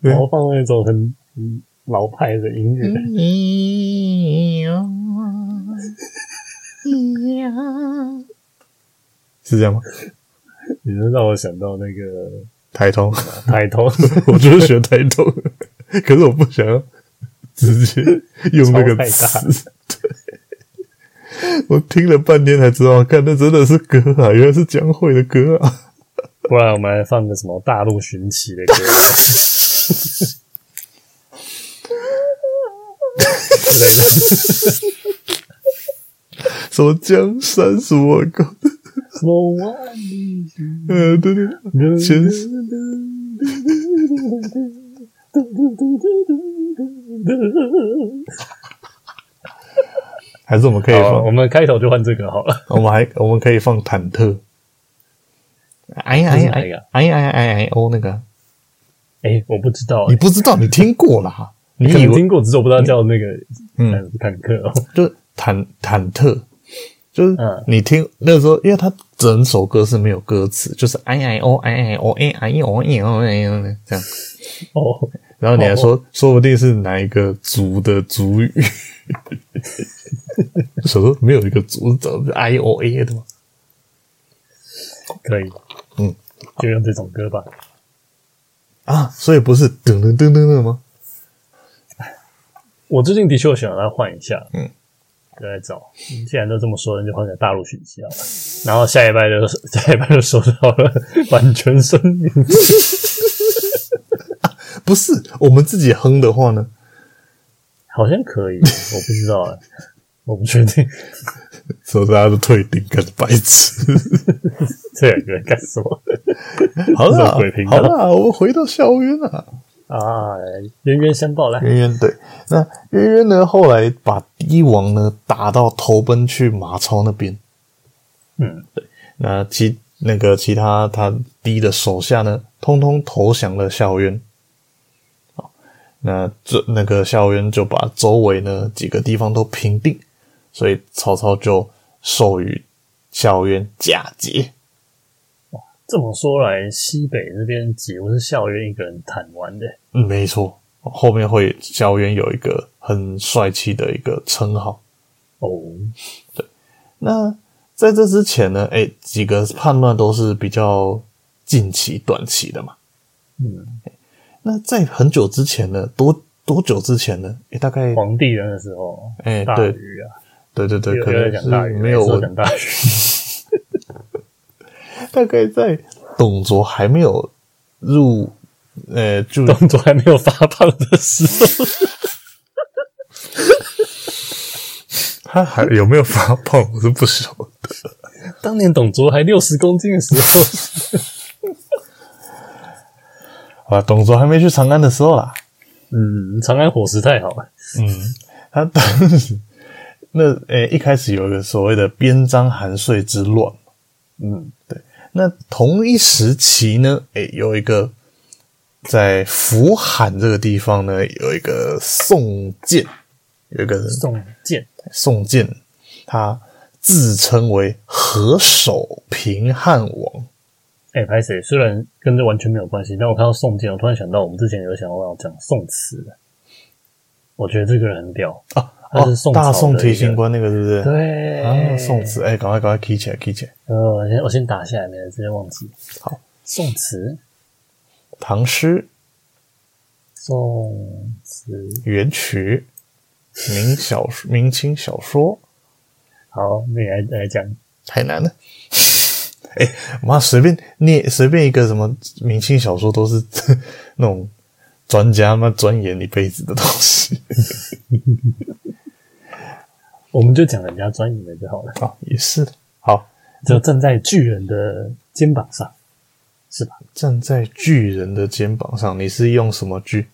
[SPEAKER 2] 对
[SPEAKER 1] 然后放那种很嗯老派的音乐，
[SPEAKER 2] 是这样吗？
[SPEAKER 1] 你就让我想到那个
[SPEAKER 2] 台通，
[SPEAKER 1] 台头
[SPEAKER 2] 我就是学台通，可是我不想要直接用那个
[SPEAKER 1] 超太
[SPEAKER 2] 词。对我听了半天才知道，看那真的是歌啊，原来是江蕙的歌啊。
[SPEAKER 1] 不然我们来放个什么大陆寻奇的歌，
[SPEAKER 2] 什么江山什么歌，
[SPEAKER 1] 什么万里
[SPEAKER 2] 呃，对对，
[SPEAKER 1] 路
[SPEAKER 2] 前还是我们可以
[SPEAKER 1] 好，
[SPEAKER 2] 放
[SPEAKER 1] 我，们开头就换这个好了。
[SPEAKER 2] 我们还我们可以放忐忑。哎呀哎呀哎呀哎呀哎呀哎呀哦那个，
[SPEAKER 1] 哎、我不知道、
[SPEAKER 2] 你不知道，你听过啦？ <laughs> 你
[SPEAKER 1] 可
[SPEAKER 2] 以
[SPEAKER 1] 能
[SPEAKER 2] 为
[SPEAKER 1] 听过，只是我不知道叫那个
[SPEAKER 2] 嗯
[SPEAKER 1] 坦坦克哦。
[SPEAKER 2] 就忐忐忑，就是
[SPEAKER 1] 嗯
[SPEAKER 2] 你听那个时候，因为他整首歌是没有歌词，就是哎哎哦哎哎哦哎哎哦哎哦哎哦哎这样，
[SPEAKER 1] 哦，
[SPEAKER 2] 然后你还说，说不定是哪一个族的族语。 <laughs> 想说没有一个族哎长是 I O A 的吗？
[SPEAKER 1] 可以，
[SPEAKER 2] 嗯，
[SPEAKER 1] 就用这种歌吧。
[SPEAKER 2] 啊，所以不是噔噔噔噔的吗？
[SPEAKER 1] 我最近的确有想要换一下，
[SPEAKER 2] 嗯，
[SPEAKER 1] 就在找。既然都这么说，那就换个大陆选项。然后下一拜就 <laughs> 下一拜就收到了 <laughs> 版权声明，
[SPEAKER 2] 不是，我们自己哼的话呢？
[SPEAKER 1] 好像可以，我不知道啊，我不确定
[SPEAKER 2] 所以大家都退订，干白痴。
[SPEAKER 1] 这两个人干什么 <laughs>
[SPEAKER 2] 好 <laughs>
[SPEAKER 1] 这
[SPEAKER 2] 啦
[SPEAKER 1] 种鬼频，道
[SPEAKER 2] 好啦，我们回到校园啦。
[SPEAKER 1] 啊？冤冤相报来，
[SPEAKER 2] 渊渊对，那渊渊呢？后来把帝王呢打到投奔去马超那边。
[SPEAKER 1] 嗯，
[SPEAKER 2] 那其那个其他他低的手下呢，通通投降了夏侯渊。好，那这那个夏侯渊就把周围呢几个地方都平定，所以曹操就授予夏侯渊假节。
[SPEAKER 1] 这么说来，西北那边几乎是校园一个人坦完的，
[SPEAKER 2] 嗯，没错，后面会夏侯渊有一个很帅气的一个称号。
[SPEAKER 1] 哦，
[SPEAKER 2] 那在这之前呢，哎、几个叛乱都是比较近期、短期的嘛。
[SPEAKER 1] 嗯，
[SPEAKER 2] 那在很久之前呢，多多久之前呢？哎、大概
[SPEAKER 1] 皇帝人的时候，
[SPEAKER 2] 哎
[SPEAKER 1] 大
[SPEAKER 2] 对
[SPEAKER 1] 禹啊，
[SPEAKER 2] 对对对，
[SPEAKER 1] 又
[SPEAKER 2] 可
[SPEAKER 1] 又在
[SPEAKER 2] 能
[SPEAKER 1] 讲大禹，
[SPEAKER 2] 是没有
[SPEAKER 1] 我
[SPEAKER 2] 我
[SPEAKER 1] 讲大 <laughs> 禹，
[SPEAKER 2] 大概在董卓还没有入，呃、就
[SPEAKER 1] 动作还没有发胖的时候。
[SPEAKER 2] 他还 <laughs> 有没有发胖，我是不晓 <laughs> 得。
[SPEAKER 1] <laughs> 当年董卓还六十公斤的时候，
[SPEAKER 2] 啊，董卓还没去长安的时候啦，
[SPEAKER 1] 嗯，长安伙食太好了，
[SPEAKER 2] 嗯，他当时那诶、一开始有一个所谓的边章韩遂之乱，
[SPEAKER 1] 嗯，
[SPEAKER 2] 那同一时期呢，诶、有一个在扶韩这个地方呢，有一个宋建，有一个
[SPEAKER 1] 宋健，
[SPEAKER 2] 宋建，他自称为何首平汉王。
[SPEAKER 1] 哎、拍谁？虽然跟这完全没有关系，但我看到宋健，我突然想到我们之前有想要讲宋慈的，我觉得这个人很屌，
[SPEAKER 2] 啊
[SPEAKER 1] 他是宋朝的
[SPEAKER 2] 大宋提刑官那个是不是？
[SPEAKER 1] 对，
[SPEAKER 2] 啊，宋慈，哎、赶快赶快 key 起来 key 起来。
[SPEAKER 1] 呃，我先我先打下来，免得直接忘记。
[SPEAKER 2] 好，
[SPEAKER 1] 宋慈，
[SPEAKER 2] 唐诗、
[SPEAKER 1] 宋慈，
[SPEAKER 2] 元曲、明小说、明清小说，
[SPEAKER 1] 好，那你来来讲，
[SPEAKER 2] 太难了。哎、妈，随便念随便一个什么明清小说都是 <laughs> 那种专家嘛钻研一辈子的东西
[SPEAKER 1] 我们就讲人家专业的就好了，
[SPEAKER 2] 啊，也是好。
[SPEAKER 1] 就站在巨人的肩膀上，是吧？
[SPEAKER 2] 站在巨人的肩膀上，你是用什么锯？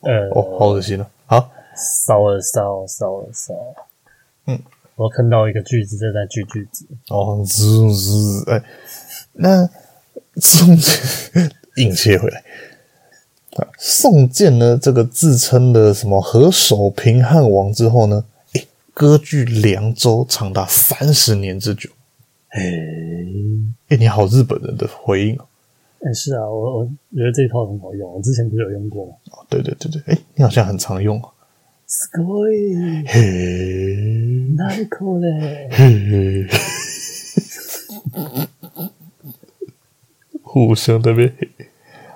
[SPEAKER 1] 呃，
[SPEAKER 2] 哦，好恶心啊！好，
[SPEAKER 1] 烧了烧，烧了烧。
[SPEAKER 2] 嗯，
[SPEAKER 1] 我看到一个句子正在锯句子，
[SPEAKER 2] 哦，滋滋，哎，那宋 <laughs> 硬切回来。啊宋建呢，这个自称的什么何首平汉王之后呢，哎，割据凉州长达三十年之久。
[SPEAKER 1] 哎、
[SPEAKER 2] 哎，你好，日本人的回应哦，
[SPEAKER 1] 哎是啊，我我觉得这一套很好用，我之前不是有用过吗？
[SPEAKER 2] 哦对对对对，哎，你好像很常用哦。
[SPEAKER 1] すごい、
[SPEAKER 2] 嘿，
[SPEAKER 1] 何これ？
[SPEAKER 2] 嘿，互相在那边嘿。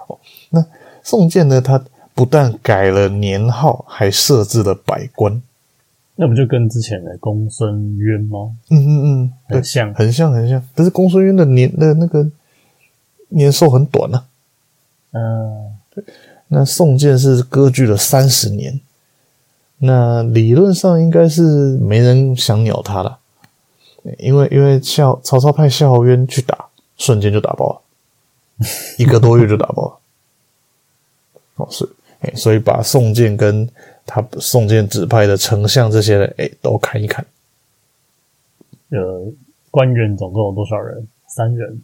[SPEAKER 2] 哦，那宋建呢？他不但改了年号，还设置了百官。
[SPEAKER 1] 那不就跟之前的公孙渊吗？
[SPEAKER 2] 嗯嗯嗯，对
[SPEAKER 1] 很，像
[SPEAKER 2] 很像，很像。但是公孙渊的年的那个年寿很短啊。
[SPEAKER 1] 嗯、
[SPEAKER 2] 那宋建是割据了三十年，那理论上应该是没人想鸟他了，因为因为夏曹操派夏侯渊去打，瞬间就打爆了，一个多月就打爆了。 <laughs> 哦，是，哎、所以把宋建跟他宋建指派的丞相这些人，哎、都砍一砍。
[SPEAKER 1] 呃，官员总共有多少人？三人。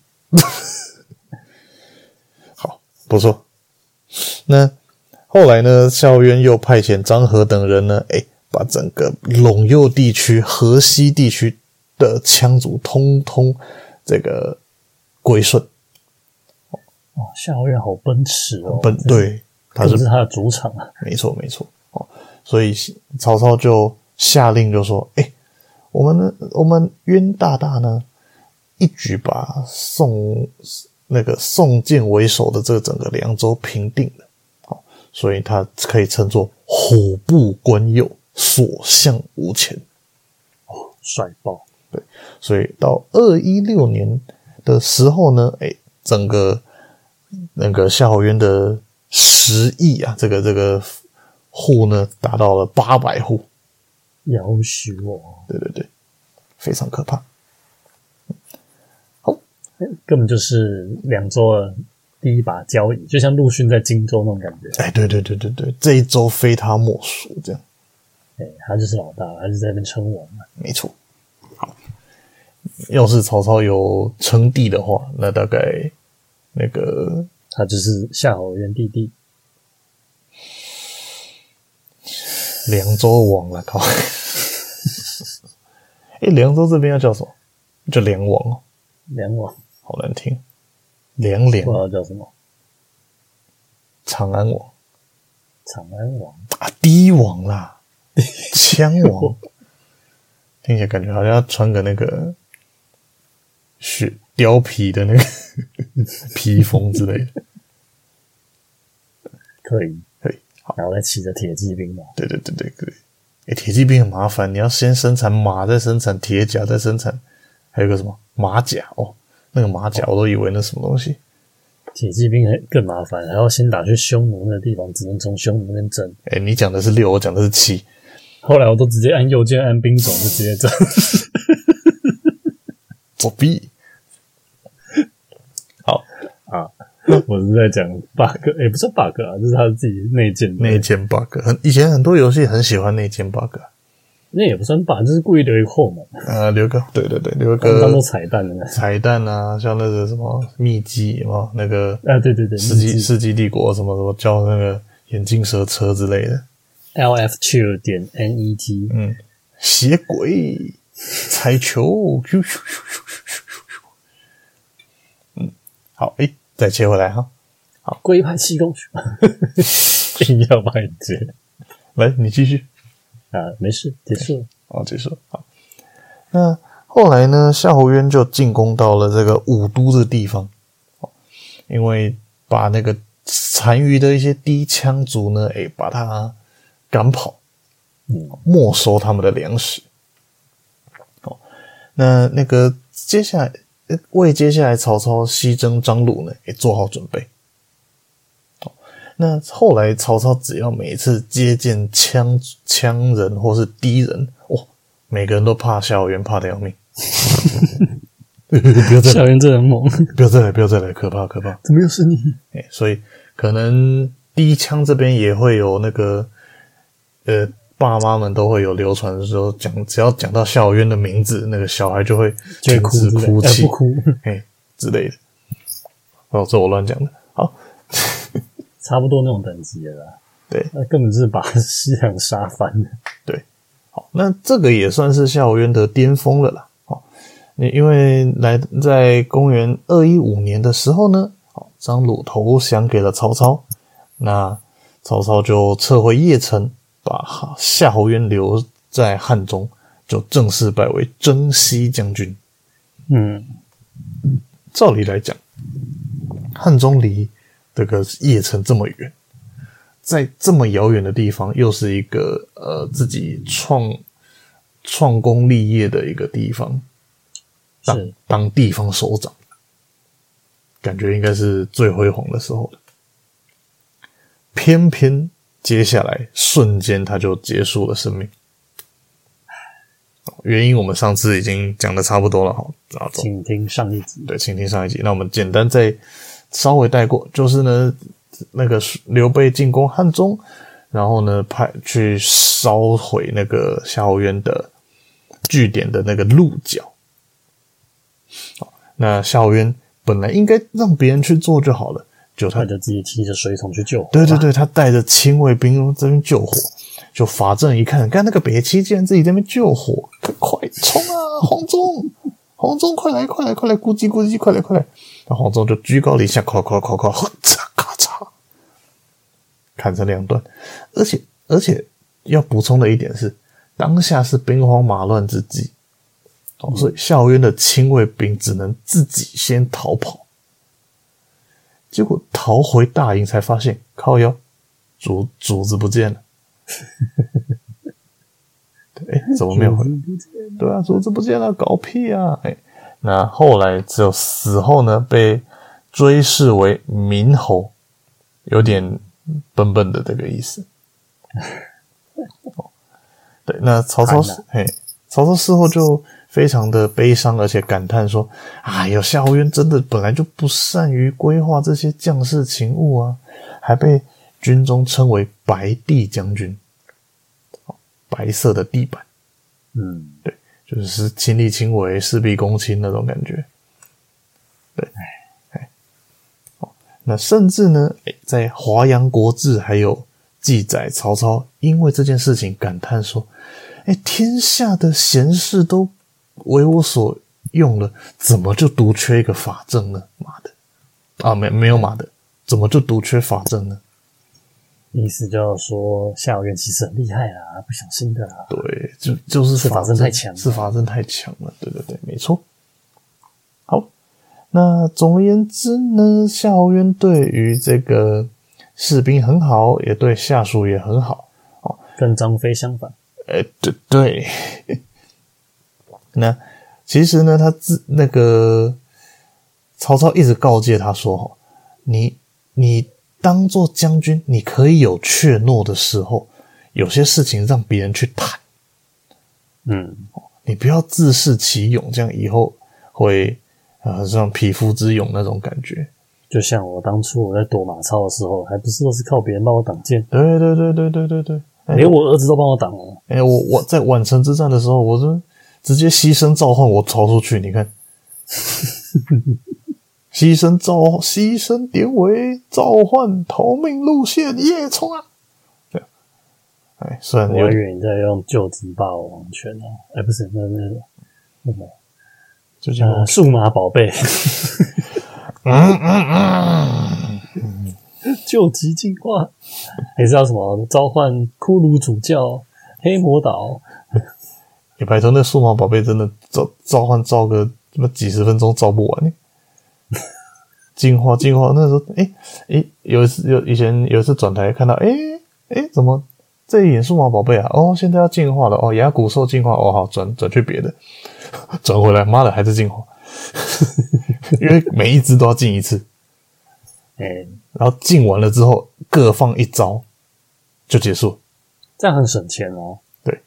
[SPEAKER 2] 好，不错。那后来呢，夏侯渊又派遣张合等人呢，哎、把整个陇右地区、河西地区的羌族通通这个归顺。
[SPEAKER 1] 哦，夏侯渊好奔驰哦，
[SPEAKER 2] 本对，他
[SPEAKER 1] 这
[SPEAKER 2] 是
[SPEAKER 1] 是他的主场啊。
[SPEAKER 2] 没错，没错。哦，所以曹操就下令就说：“哎、我们呢，我们冤大大呢，一举把宋那个宋建为首的这整个凉州平定了。好，所以他可以称作虎步关右，所向无前。
[SPEAKER 1] 帅爆！
[SPEAKER 2] 所以到二一六年的时候呢，哎、整个那个夏侯渊的十亿啊，这个这个户呢，达到了八百户，
[SPEAKER 1] 要许我，
[SPEAKER 2] 对对对，非常可怕。
[SPEAKER 1] 根本就是两周的第一把交椅，就像陆逊在荆州那种感觉。
[SPEAKER 2] 哎、对对对对对，这一周非他莫属，这样
[SPEAKER 1] 哎、他就是老大，他就在那边称王嘛。
[SPEAKER 2] 没错。好，要是曹操有称帝的话，那大概那个
[SPEAKER 1] 他就是夏侯渊弟弟。
[SPEAKER 2] 凉州王了，靠！ <laughs> 哎、凉州这边要叫什么？就凉王哦。
[SPEAKER 1] 梁王
[SPEAKER 2] 好难听，凉凉
[SPEAKER 1] 不知道叫什么，
[SPEAKER 2] 长安王
[SPEAKER 1] 长安王。
[SPEAKER 2] 啊，堤王啦，枪王，听起来感觉好像要穿个那个雪貂皮的那个披风之类的。
[SPEAKER 1] 可以，
[SPEAKER 2] 对，好，
[SPEAKER 1] 然后再骑着铁骑兵嘛。
[SPEAKER 2] 对对对对对。哎、铁骑兵很麻烦，你要先生产马，再生产铁甲，再生产，还有个什么马甲哦，那个马甲我都以为那什么东西。
[SPEAKER 1] 铁骑兵还更麻烦，还要先打去匈奴那个地方，只能从匈奴那边征。
[SPEAKER 2] 哎、你讲的是六，我讲的是七。
[SPEAKER 1] 后来我都直接按右键按兵种就直接征。 <laughs>
[SPEAKER 2] 作弊。好，
[SPEAKER 1] 我是在讲 bug，也、不是 bug 啊，就是他自己内建的
[SPEAKER 2] 内建 bug，很以前很多游戏很喜欢内建 bug，啊
[SPEAKER 1] 那也不算 bug，就是故意留一个后门，
[SPEAKER 2] 呃，留个对对对，留
[SPEAKER 1] 当做
[SPEAKER 2] 个
[SPEAKER 1] 彩蛋的那。
[SPEAKER 2] 彩蛋啊，像那个什么秘籍啊，那个
[SPEAKER 1] 啊，对对对，
[SPEAKER 2] 世纪世纪帝国什么什么叫那个眼镜蛇车之类的，
[SPEAKER 1] lf 2点 E net，
[SPEAKER 2] 嗯，血鬼彩球，咻咻咻咻咻咻咻咻，嗯，好，诶、再切回来哈，
[SPEAKER 1] 龟派气功， <laughs> 硬要帮你接
[SPEAKER 2] 来你继续。
[SPEAKER 1] 啊，没事，结
[SPEAKER 2] <laughs>
[SPEAKER 1] 束了。
[SPEAKER 2] 好，结束。好，那后来呢？夏侯渊就进攻到了这个武都的地方，因为把那个残余的一些低羌族呢，哎、把他赶跑，
[SPEAKER 1] 嗯，
[SPEAKER 2] 没收他们的粮食。哦，那那个接下来呃为接下来曹操西征张鲁呢，也做好准备。哦那后来曹操只要每次接见羌羌人或是敌人，哦，每个人都怕夏侯渊，怕的要命。不要再来，
[SPEAKER 1] 校园真的很猛， <laughs>
[SPEAKER 2] 不要再来，不要再来，可怕，可怕！
[SPEAKER 1] 怎么又是你？
[SPEAKER 2] 哎、所以可能低腔这边也会有那个，呃，爸妈们都会有流传说，讲只要讲到夏侯渊的名字，那个小孩就会
[SPEAKER 1] 就
[SPEAKER 2] 停
[SPEAKER 1] 哭
[SPEAKER 2] 止
[SPEAKER 1] 之类
[SPEAKER 2] 哭
[SPEAKER 1] 呃
[SPEAKER 2] 泣，
[SPEAKER 1] 不哭， <laughs>
[SPEAKER 2] 哎、之类的。哦，这我乱讲的。好，
[SPEAKER 1] 差不多那种等级了啦。
[SPEAKER 2] 对
[SPEAKER 1] 那根本就是把西洋杀翻了。
[SPEAKER 2] 对，好，那这个也算是夏侯渊的巅峰了啦。好，你因为来在公元二一五年的时候呢，好，张鲁投降给了曹操，那曹操就撤回邺城，把夏侯渊留在汉中，就正式拜为征西将军。
[SPEAKER 1] 嗯，
[SPEAKER 2] 照理来讲，汉中离这个邺城这么远，在这么遥远的地方，又是一个呃自己创创功立业的一个地方，当
[SPEAKER 1] 是
[SPEAKER 2] 当地方首长，感觉应该是最辉煌的时候了。偏偏接下来瞬间他就结束了生命，原因我们上次已经讲的差不多了哈，啊，走
[SPEAKER 1] 请听上一集。
[SPEAKER 2] 对，请听上一集。那我们简单再稍微带过，就是呢，那个刘备进攻汉中，然后呢派去烧毁那个夏侯渊的据点的那个鹿角。好那夏侯渊本来应该让别人去做就好了，就他
[SPEAKER 1] 他就自己提着水桶去救火。
[SPEAKER 2] 对对对，他带着亲卫兵这边救火，就法正一看，看那个北七竟然自己在那边救火，快
[SPEAKER 1] <laughs>
[SPEAKER 2] 冲啊，黄忠！黄忠，快来，快来，快来！咕叽咕叽，快来，快来！那黄忠就居高临下，咔咔咔咔，咔嚓咔嚓，砍成两段。而且，而且要补充的一点是，当下是兵荒马乱之际，哦，所以校园的亲卫兵只能自己先逃跑。结果逃回大营才发现，靠腰，竹竹子不见了。 <laughs> 对，诶怎么没有回来？对啊，竹子不见了，搞屁啊！哎，那后来只有死后呢，被追谥为明侯，有点笨笨的这个意思。 <laughs> 对，那曹操
[SPEAKER 1] 惨了
[SPEAKER 2] 嘿，曹操事后就非常的悲伤，而且感叹说：“哎呦，夏侯渊真的本来就不善于规划这些将士勤务啊，还被军中称为白帝将军，哦白色的地板。”
[SPEAKER 1] 嗯，
[SPEAKER 2] 就是亲力亲为、事必躬亲那种感觉。对，哎，哦那甚至呢，诶在《华阳国志》还有记载，曹操因为这件事情感叹说：“哎，天下的贤士都为我所用了，怎么就独缺一个法正呢？妈的，啊，没没有妈的，怎么就独缺法正呢？”
[SPEAKER 1] 意思就是说夏侯渊其实很厉害啦，不小心的啦。
[SPEAKER 2] 对，就就是
[SPEAKER 1] 是
[SPEAKER 2] 法
[SPEAKER 1] 法
[SPEAKER 2] 政
[SPEAKER 1] 政太强了
[SPEAKER 2] 是法政太强了。对对对，没错。好，那总而言之呢，夏侯渊对于这个士兵很好，也对下属也很好。
[SPEAKER 1] 跟张飞相反，
[SPEAKER 2] 哎，对对。 <laughs> 那其实呢，他自那个曹操一直告诫他说：“哈，你你当做将军，你可以有怯懦的时候，有些事情让别人去谈。”
[SPEAKER 1] 嗯，
[SPEAKER 2] 你不要自恃其勇，这样以后会呃像匹夫之勇那种感觉。
[SPEAKER 1] 就像我当初我在躲马超的时候，还不是都是靠别人帮我挡箭，
[SPEAKER 2] 对对对对对对对，哎、
[SPEAKER 1] 连我儿子都帮我挡哦了。
[SPEAKER 2] 哎、我我在宛城之战的时候，我是直接牺牲召唤我逃出去，你看， <laughs> 牺牲召牺牲典韦召唤逃命路线，耶，冲啊！对，哎，虽然
[SPEAKER 1] 我
[SPEAKER 2] 有
[SPEAKER 1] 还以
[SPEAKER 2] 点
[SPEAKER 1] 为你在用救急霸王拳呢、啊，哎、不是，那那那个
[SPEAKER 2] 就这样
[SPEAKER 1] 呃，数码宝贝，
[SPEAKER 2] 嗯嗯嗯，
[SPEAKER 1] 救急进化， <laughs> 还是要什么召唤骷髅主教、黑魔岛，
[SPEAKER 2] 你拜托，那数码宝贝真的召召唤召个他妈几十分钟召不完、欸。进化进化，那时候哎哎、诶有一次有以前有一次转台看到哎哎、诶怎么这一眼数码宝贝啊？哦，现在要进化了哦，牙骨兽进化哦，好转转去别的， <laughs> 转回来，妈的还是进化， <laughs> 因为每一只都要进一次，
[SPEAKER 1] 哎、
[SPEAKER 2] 然后进完了之后各放一招就结束。
[SPEAKER 1] 这样很省钱哦。
[SPEAKER 2] 对，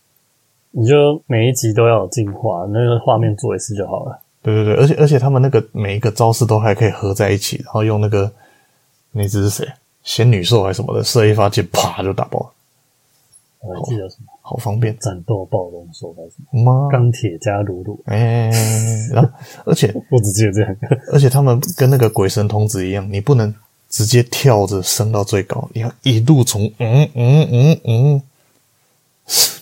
[SPEAKER 1] 你就每一集都要有进化，那个画面做一次就好了。
[SPEAKER 2] 对对对，而且而且他们那个每一个招式都还可以合在一起，然后用那个那只是谁仙女兽还是什么的，射一发箭啪就打爆了，
[SPEAKER 1] 我还记得什么
[SPEAKER 2] 好方便。
[SPEAKER 1] 战斗暴龙兽还是什么
[SPEAKER 2] 妈，
[SPEAKER 1] 钢铁加鲁鲁，
[SPEAKER 2] 哎、然后而且
[SPEAKER 1] 我只记得这两
[SPEAKER 2] <laughs>
[SPEAKER 1] 个。
[SPEAKER 2] 而且他们跟那个鬼神童子一样，你不能直接跳着升到最高，你要一路从嗯嗯嗯嗯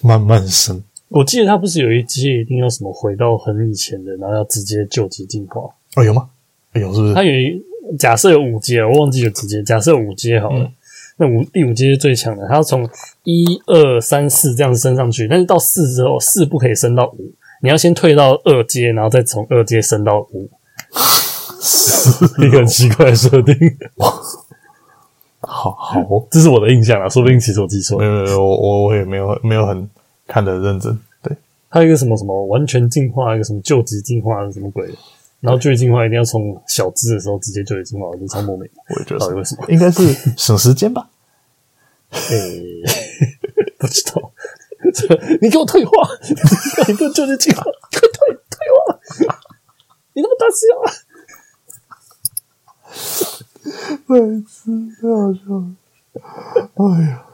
[SPEAKER 2] 慢慢升。
[SPEAKER 1] 我记得他不是有一集一定要什么回到很以前的，然后要直接救急进化。
[SPEAKER 2] 哦，有吗？有是不
[SPEAKER 1] 他
[SPEAKER 2] 是？
[SPEAKER 1] 有一假设有五阶，我忘记有几阶，假设有五阶好了。
[SPEAKER 2] 嗯
[SPEAKER 1] 那五第五阶是最强的，他要从一二三四这样子升上去，但是到四之后，四不可以升到五，你要先退到二阶，然后再从二阶升到
[SPEAKER 2] <laughs>
[SPEAKER 1] 五，一个很奇怪的设定，
[SPEAKER 2] <laughs> 好好嗯哦，
[SPEAKER 1] <laughs> 这是我的印象啊，说不定其实我记错
[SPEAKER 2] 没。有没有没有，我我我也没有没有很看得认真，对。
[SPEAKER 1] 还有一个什么什么完全进化，一个什么救急进化，什么鬼的。然后救急进化一定要从小只的时候直接救急进化，我就超莫名。
[SPEAKER 2] 我也觉
[SPEAKER 1] 到底
[SPEAKER 2] 得
[SPEAKER 1] 为
[SPEAKER 2] 是
[SPEAKER 1] 什么，
[SPEAKER 2] 应该是省时间 <laughs> 吧。
[SPEAKER 1] 诶、 <laughs> 不知道。 <laughs> 这你给我退化！你给我救急进化，给我退退化！你那么大只啊！
[SPEAKER 2] 白痴，太好笑了！哎呀，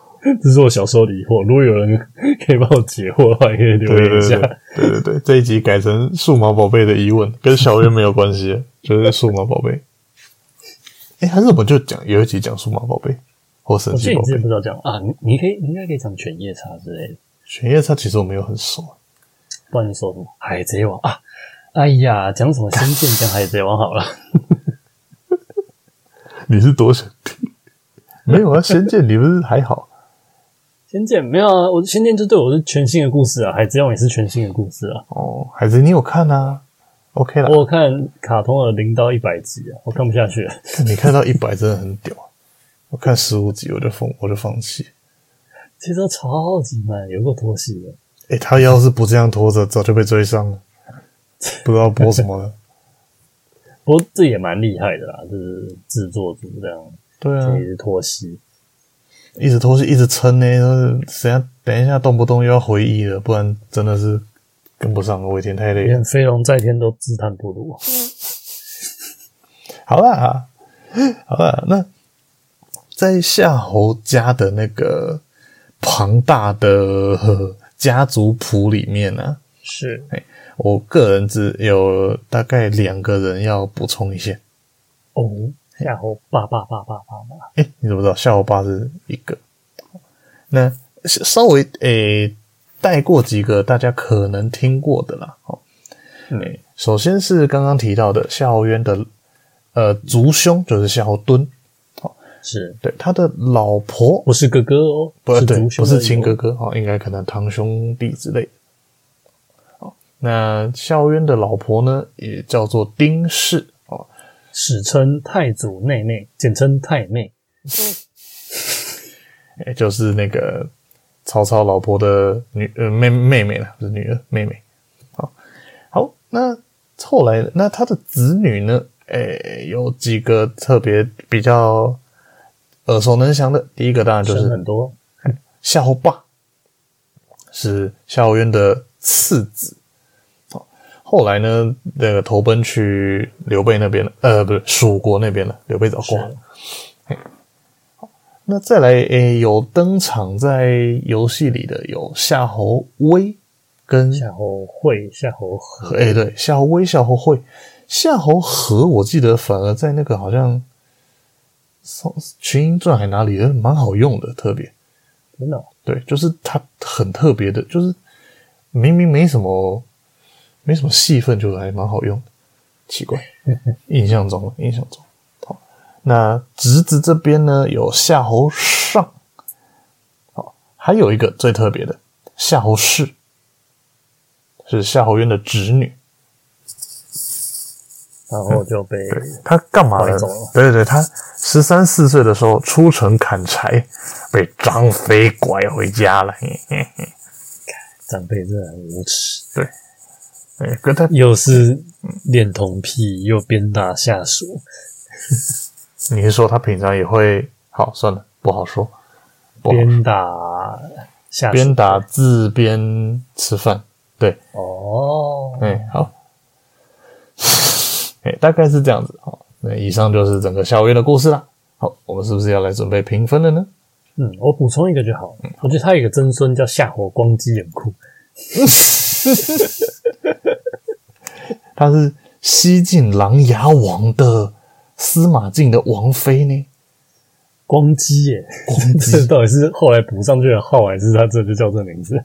[SPEAKER 1] 这是我小时候的疑惑。如果有人可以帮我解惑的话，也可以留
[SPEAKER 2] 对
[SPEAKER 1] 言
[SPEAKER 2] 对
[SPEAKER 1] 一下
[SPEAKER 2] 对。对对对，这一集改成数码宝贝的疑问，跟小月没有关 <laughs> 系，就是数码宝贝。哎、还是我们就讲有一集讲数码宝贝，或神
[SPEAKER 1] 我记
[SPEAKER 2] 奇
[SPEAKER 1] 得
[SPEAKER 2] 宝
[SPEAKER 1] 你之前
[SPEAKER 2] 贝。
[SPEAKER 1] 不知道讲啊，你你可以你应该可以讲犬夜叉之类的，
[SPEAKER 2] 犬夜叉其实我没有很熟，啊
[SPEAKER 1] 不然你说什么海贼王啊？哎呀，讲什么仙剑，讲海贼王好了。
[SPEAKER 2] 你是多想听？没有啊，仙剑你不是还好？
[SPEAKER 1] 仙剑没有啊，我仙剑就对我是全新的故事啊，海贼王也是全新的故事啊。
[SPEAKER 2] 哦，海贼你有看啊？OK 啦，
[SPEAKER 1] 我有看卡通的零到一百集啊，我看不下去了。
[SPEAKER 2] 你看到一百真的很屌。我看十五集我就放我就放弃。
[SPEAKER 1] 其实超级慢，有够拖戏的。
[SPEAKER 2] 诶、他要是不这样拖着，早就被追上了。不知道播什么了。
[SPEAKER 1] 不过这也蛮厉害的啦，就是制作组这样，
[SPEAKER 2] <laughs> 对啊
[SPEAKER 1] 这，也是拖戏。
[SPEAKER 2] 一直拖戏，一直撑呢、欸。等下等一下，动不动又要回忆了，不然真的是跟不上了。我一天太累了。
[SPEAKER 1] 连飞龙在天都自叹不如。啊
[SPEAKER 2] 好啦， <laughs> 好啦，那在夏侯家的那个庞大的呃家族谱里面呢、
[SPEAKER 1] 是，
[SPEAKER 2] 我个人只有大概两个人要补充一下。
[SPEAKER 1] 哦，夏侯爸爸爸爸爸爸，
[SPEAKER 2] 哎、你怎么知道夏侯霸是一个？那稍微诶、带过几个大家可能听过的啦。哦，
[SPEAKER 1] 嗯，
[SPEAKER 2] 首先是刚刚提到的夏侯渊的呃族兄，就是夏侯惇。
[SPEAKER 1] 是
[SPEAKER 2] 对，他的老婆
[SPEAKER 1] 不是哥哥哦？
[SPEAKER 2] 不
[SPEAKER 1] 是
[SPEAKER 2] 对
[SPEAKER 1] 族，兄
[SPEAKER 2] 不是亲哥
[SPEAKER 1] 哥。
[SPEAKER 2] 哥哦，应该可能堂兄弟之类的。哦，那夏侯渊的老婆呢，也叫做丁氏哦，
[SPEAKER 1] 史称太祖内内，简称太妹。
[SPEAKER 2] 也就是那个曹操老婆的女呃妹妹妹了，不是女儿妹妹。好，好，那后来那他的子女呢？诶、有几个特别比较耳熟能详的，第一个当然就
[SPEAKER 1] 生
[SPEAKER 2] 是
[SPEAKER 1] 很多，
[SPEAKER 2] 夏侯霸是夏侯渊的次子。哦后来呢，那个投奔去刘备那边了，呃，不是蜀国那边了，刘备早挂了。嘿好那再来，诶、有登场在游戏里的有夏侯威跟
[SPEAKER 1] 夏侯惠、夏侯和，
[SPEAKER 2] 哎、对，夏侯威、夏侯惠、夏侯和，我记得反而在那个好像《宋群英传》还哪里，呃蛮好用的，特别。
[SPEAKER 1] 真的哦
[SPEAKER 2] 对，就是他很特别的，就是明明没什么没什么戏份，就还蛮好用的，奇 <laughs> 怪，印象中印象中。好，那侄子这边呢有夏侯尚，好，还有一个最特别的夏侯氏，是夏侯渊的侄女。
[SPEAKER 1] 然后就被
[SPEAKER 2] 他干嘛呢
[SPEAKER 1] 拐走了？
[SPEAKER 2] 对对对，他十三四岁的时候出城砍柴，被张飞拐回家了。嘿嘿嘿
[SPEAKER 1] 长辈真的很无耻。
[SPEAKER 2] 对，跟他
[SPEAKER 1] 又是恋童癖，又鞭打下属，
[SPEAKER 2] 你是说他平常也会？好，算了，不好说。不好
[SPEAKER 1] 鞭打下属，
[SPEAKER 2] 边打字边吃饭，对，
[SPEAKER 1] 哦，
[SPEAKER 2] 哎、好， <laughs> 哎、大概是这样子。好，那以上就是整个校园的故事啦。好，我们是不是要来准备评分了呢？
[SPEAKER 1] 嗯，我补充一个就好。我觉得他有一个曾孙叫夏侯光基很酷，
[SPEAKER 2] 他是西晋琅琊王的司马晋的王妃 <laughs> 呢，
[SPEAKER 1] 光基 <laughs> 耶，
[SPEAKER 2] 光
[SPEAKER 1] 这
[SPEAKER 2] 姬。
[SPEAKER 1] 到底是后来补上去的号，还是他这就叫这名字？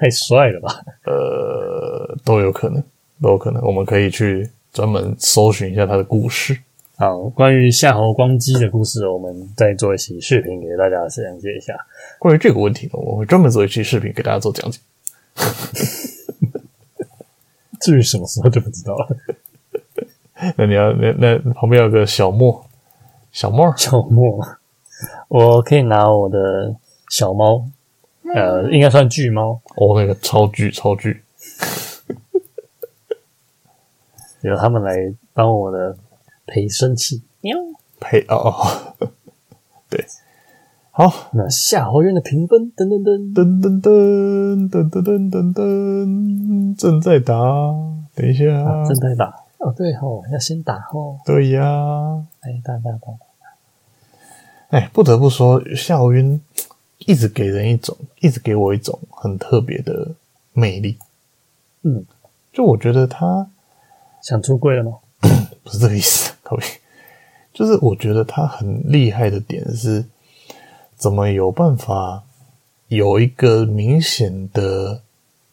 [SPEAKER 1] 太帅了吧！
[SPEAKER 2] 呃，都有可能，都有可能。我们可以去专门搜寻一下他的故事。
[SPEAKER 1] 好，关于夏侯光基的故事，我们再做一期视频给大家讲解一下。
[SPEAKER 2] 关于这个问题呢，我会专门做一期视频给大家做讲解。
[SPEAKER 1] 至于什么时候就不知道了。 <laughs>
[SPEAKER 2] 那你要那那旁边有个小莫，小莫儿
[SPEAKER 1] 小莫，我可以拿我的小猫，呃，应该算巨猫，
[SPEAKER 2] 哦，那个超巨超巨，
[SPEAKER 1] 由他们来帮我的陪生器。喵。
[SPEAKER 2] 呸哦哦， <laughs> 对，好，
[SPEAKER 1] 那夏侯渊的评分，噔噔噔，
[SPEAKER 2] 噔噔噔噔噔噔噔噔，正在打，等一下，
[SPEAKER 1] 啊，正在打。哦，对吼，要先打吼，
[SPEAKER 2] 对呀、
[SPEAKER 1] 哎，打打打，
[SPEAKER 2] 哎，不得不说，夏侯渊一直给人一种，一直给我一种很特别的魅力。
[SPEAKER 1] 嗯，
[SPEAKER 2] 就我觉得他
[SPEAKER 1] 想出柜了吗？
[SPEAKER 2] <laughs> 不是这个意思，各位，就是我觉得他很厉害的点是，怎么有办法有一个明显的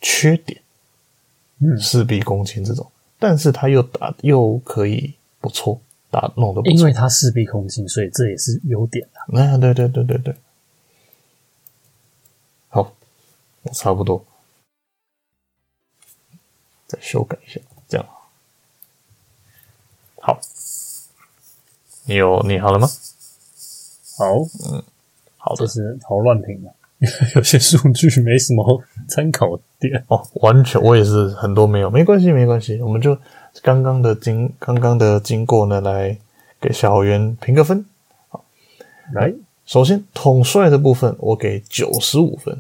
[SPEAKER 2] 缺点？
[SPEAKER 1] 嗯
[SPEAKER 2] 事必躬亲这种，但是他又打又可以不错，打弄得不
[SPEAKER 1] 因
[SPEAKER 2] 错。
[SPEAKER 1] 为他事必躬亲，所以这也是优点啊。
[SPEAKER 2] 那、对对对对对，好，我差不多，再修改一下，这样好。你有你好了吗？
[SPEAKER 1] 好，
[SPEAKER 2] 好的
[SPEAKER 1] 这，是嗯好乱评啊， <laughs> 有些数据没什么参考点。
[SPEAKER 2] 哦，完全，我也是很多没有，没关系，没关系，我们就刚刚的经刚刚的经过呢，来给小豪员评个分。
[SPEAKER 1] 来，
[SPEAKER 2] 首先，统帅的部分我给九十五分，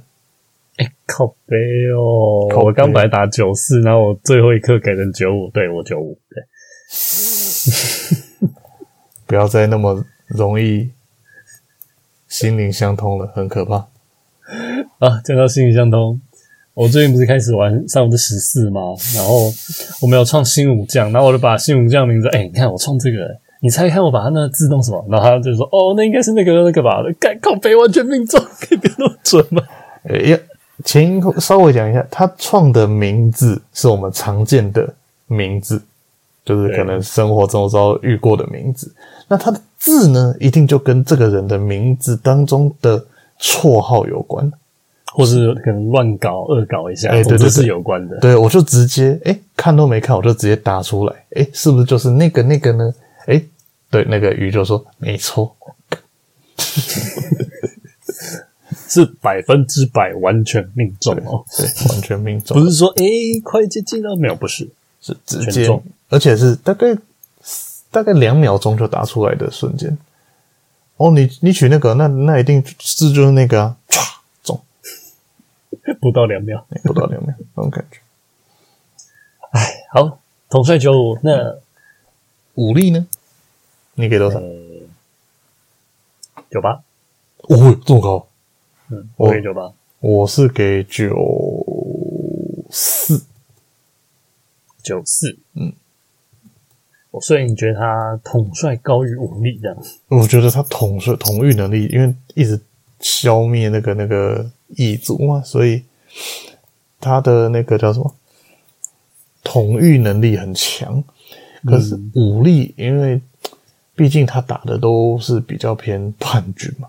[SPEAKER 1] 靠背哦，
[SPEAKER 2] 靠背
[SPEAKER 1] 我刚本来打九四，然后我最后一刻改成九五，对我九五，对，
[SPEAKER 2] 不要再那么容易心灵相通了，很可怕。
[SPEAKER 1] <laughs> 啊，讲到心灵相通，我最近不是开始玩《上午的十四》吗？然后我们有创新武将，然后我就把新武将名字，哎、你看我创这个，你猜看我把它那个自动什么？然后他就说，哦，那应该是那个那个吧？干靠背完全命中，可以不要那么准吗？
[SPEAKER 2] 呃，要前因后稍微讲一下，他创的名字是我们常见的名字，就是可能生活中遭遇过的名字。那他的字呢，一定就跟这个人的名字当中的绰号有关。
[SPEAKER 1] 或是可能乱搞、恶搞一下，
[SPEAKER 2] 哎
[SPEAKER 1] 总
[SPEAKER 2] 对
[SPEAKER 1] 之
[SPEAKER 2] 对
[SPEAKER 1] 是
[SPEAKER 2] 对
[SPEAKER 1] 有关的。
[SPEAKER 2] 对，我就直接哎、诶看都没看，我就直接打出来，哎、是不是就是那个那个呢？哎、对，那个鱼就说没错，
[SPEAKER 1] 是百分之百完全命中哦，
[SPEAKER 2] 对，完全命中
[SPEAKER 1] 不。是说哎、快接近了没有？不是，
[SPEAKER 2] 是直
[SPEAKER 1] 全
[SPEAKER 2] 接
[SPEAKER 1] 中，
[SPEAKER 2] 而且是大概大概两秒钟就打出来的瞬间。哦，你你取那个，那那一定字就是那个啊，唰中，
[SPEAKER 1] 不到两秒。
[SPEAKER 2] 不到 <laughs> 两秒那种感觉。
[SPEAKER 1] 好，统帅九五，那
[SPEAKER 2] 武力呢？你给多少？
[SPEAKER 1] 九八，
[SPEAKER 2] 哦，这么高！
[SPEAKER 1] 嗯，
[SPEAKER 2] 我
[SPEAKER 1] 我给九八。
[SPEAKER 2] 我是给九四，
[SPEAKER 1] 九四，
[SPEAKER 2] 嗯，
[SPEAKER 1] 我所以你觉得他统帅高于武力这样？
[SPEAKER 2] 我觉得他统帅统御能力，因为一直消灭那个那个异族嘛，所以他的那个叫什么统御能力很强。可是武力，因为毕竟他打的都是比较偏叛军嘛，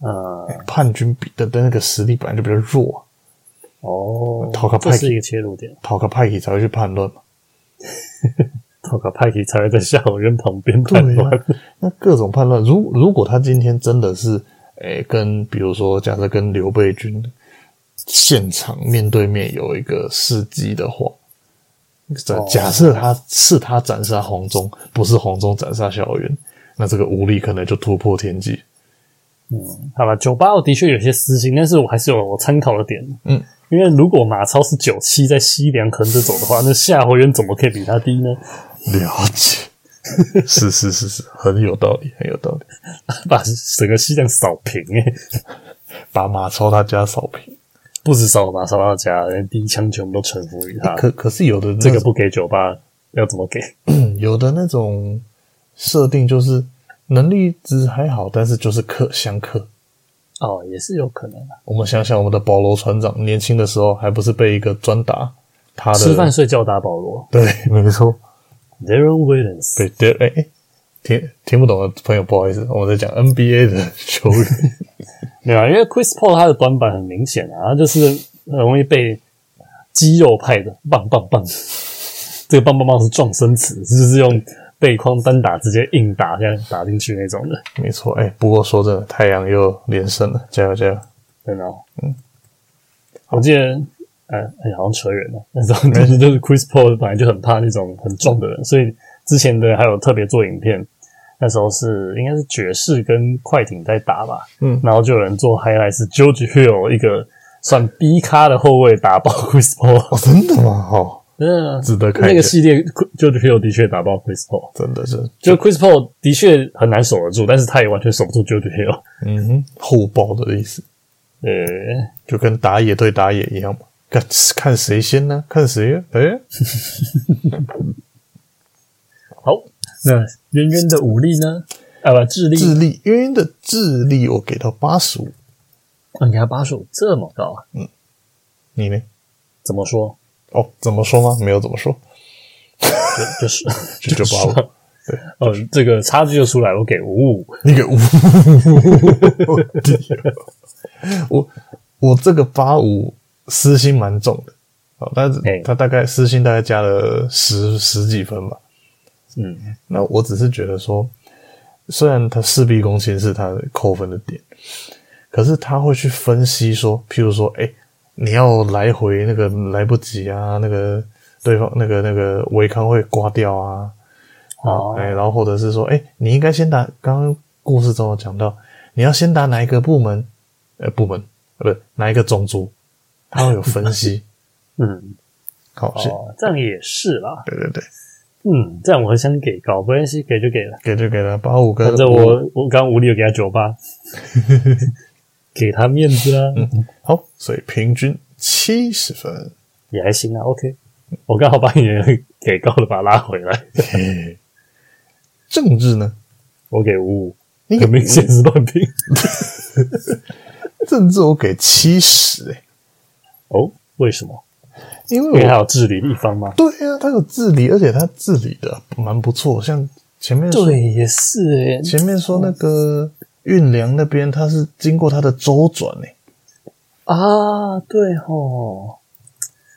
[SPEAKER 1] 呃，
[SPEAKER 2] 叛军比的的那个实力本来就比较弱啊、
[SPEAKER 1] 哦，
[SPEAKER 2] 讨个
[SPEAKER 1] 这
[SPEAKER 2] 派
[SPEAKER 1] 是一个切入点，
[SPEAKER 2] 讨个派系才会去叛乱嘛。
[SPEAKER 1] 讨个派系才会在夏侯渊旁边
[SPEAKER 2] 对啊
[SPEAKER 1] 叛乱。
[SPEAKER 2] 那各种叛乱，如如果他今天真的是，诶、跟比如说，假设跟刘备军现场面对面有一个事机的话，假
[SPEAKER 1] 哦
[SPEAKER 2] 假设他是他斩杀黄忠，不是黄忠斩杀小袁，那这个武力可能就突破天际。
[SPEAKER 1] 嗯，好吧，九八我的确有些私心，但是我还是有我参考的点。
[SPEAKER 2] 嗯，
[SPEAKER 1] 因为如果马超是九七，在西凉横着走的话，那夏侯渊怎么可以比他低呢？ <laughs>
[SPEAKER 2] 了解， <laughs> 是是是是，很有道理，很有道理。
[SPEAKER 1] 把整个西凉扫平、欸，
[SPEAKER 2] 把马超他家扫平，
[SPEAKER 1] 不止扫马超到家，连第一枪全部都臣服于他。
[SPEAKER 2] 可可是有的那
[SPEAKER 1] 这个
[SPEAKER 2] 种
[SPEAKER 1] 不给九八，要怎么给？
[SPEAKER 2] 嗯有的那种设定就是能力值还好，但是就是克相克。
[SPEAKER 1] 哦，也是有可能的、
[SPEAKER 2] 我们想想，我们的保罗船长年轻的时候还不是被一个专打他的
[SPEAKER 1] 吃饭睡觉打保罗
[SPEAKER 2] <laughs> 对，没错，
[SPEAKER 1] ，Darren Williams。
[SPEAKER 2] 被对哎、哎听听不懂的朋友不好意思，我们在讲 NBA 的球员， <laughs>
[SPEAKER 1] 对啊，因为 Chris Paul 他的短板很明显啊，他就是很容易被肌肉派的棒棒棒， <laughs> 这个棒棒棒是撞声词，就是用背框单打直接硬打这样打进去那种的，
[SPEAKER 2] 没错哎、不过说真的，太阳又连胜了，加油加油！
[SPEAKER 1] 真的。嗯，我记得，呃，哎好像扯远了， <laughs> 那时候就是就是 Chris Paul 本来就很怕那种很壮的人，所以之前的还有特别做影片。那时候是应该是爵士跟快艇在打吧，
[SPEAKER 2] 嗯
[SPEAKER 1] 然后就有人做 highlight 是 George Hill 一个算 B 咖的后卫打爆 Chris Paul，
[SPEAKER 2] 哦，真的吗？哦，
[SPEAKER 1] 嗯，
[SPEAKER 2] 值得看一
[SPEAKER 1] <laughs>
[SPEAKER 2] 下
[SPEAKER 1] 那个系列 George Hill 的确打爆 Chris Paul，
[SPEAKER 2] 真的是，
[SPEAKER 1] 就 Chris Paul 的确很难守得住，但是他也完全守不住 George Hill，
[SPEAKER 2] 嗯哼，厚爆的意思，
[SPEAKER 1] 呃，
[SPEAKER 2] 就跟打野对打野一样嘛，看看谁先呢、看谁啊哎、
[SPEAKER 1] 好，那渊渊的武力呢？啊不，智力，
[SPEAKER 2] 智力，因为的智力我给到八十五，
[SPEAKER 1] 啊你还八十五这么高啊？
[SPEAKER 2] 你呢？
[SPEAKER 1] 怎么说？
[SPEAKER 2] 哦，怎么说吗？没有怎么说，
[SPEAKER 1] 就 <laughs> 就是
[SPEAKER 2] 就就八五，
[SPEAKER 1] 呃，这个差距就出来，我给五五。
[SPEAKER 2] 你给五， <laughs> 我我这个八五私心蛮重的，哦，但是
[SPEAKER 1] 哎
[SPEAKER 2] 他大概私心大概加了十十几分吧。
[SPEAKER 1] 嗯，
[SPEAKER 2] 那我只是觉得说，虽然他事必躬亲是他扣分的点，可是他会去分析说，譬如说，哎、你要来回那个来不及啊，那个对方那个那个维康会刮掉啊，
[SPEAKER 1] 哦
[SPEAKER 2] 哎、然后或者是说，哎、你应该先打，刚刚故事中有讲到，你要先打哪一个部门，呃，部门，呃，不是哪一个种族，他会有分
[SPEAKER 1] <laughs>
[SPEAKER 2] 析。
[SPEAKER 1] 嗯，
[SPEAKER 2] 好，谢，
[SPEAKER 1] 哦，这样也是啦。
[SPEAKER 2] 对对对，
[SPEAKER 1] 嗯，这样我很想给高，没关系，给就给了。
[SPEAKER 2] 给就给了八五
[SPEAKER 1] 反
[SPEAKER 2] 跟
[SPEAKER 1] 正呃我我刚无力有给他九 <laughs> 八，给他面子啦，
[SPEAKER 2] 好，所以平均七十分。
[SPEAKER 1] 也还行啊。OK，我刚好把你的 <laughs> 给高的把它拉回来，
[SPEAKER 2] 政治呢？
[SPEAKER 1] 我给五五，
[SPEAKER 2] 你给
[SPEAKER 1] 很明显是乱评
[SPEAKER 2] 政治我给七十哎，
[SPEAKER 1] 哦。为什么？因
[SPEAKER 2] 因
[SPEAKER 1] 为
[SPEAKER 2] 为
[SPEAKER 1] 他
[SPEAKER 2] 我
[SPEAKER 1] 有治理一方吗？
[SPEAKER 2] 对啊，他有治理，而且他治理的蛮不错，像前面说，
[SPEAKER 1] 对，也是诶、
[SPEAKER 2] 前面说那个运粮那边，他是经过他的周转哎，
[SPEAKER 1] 啊，对吼，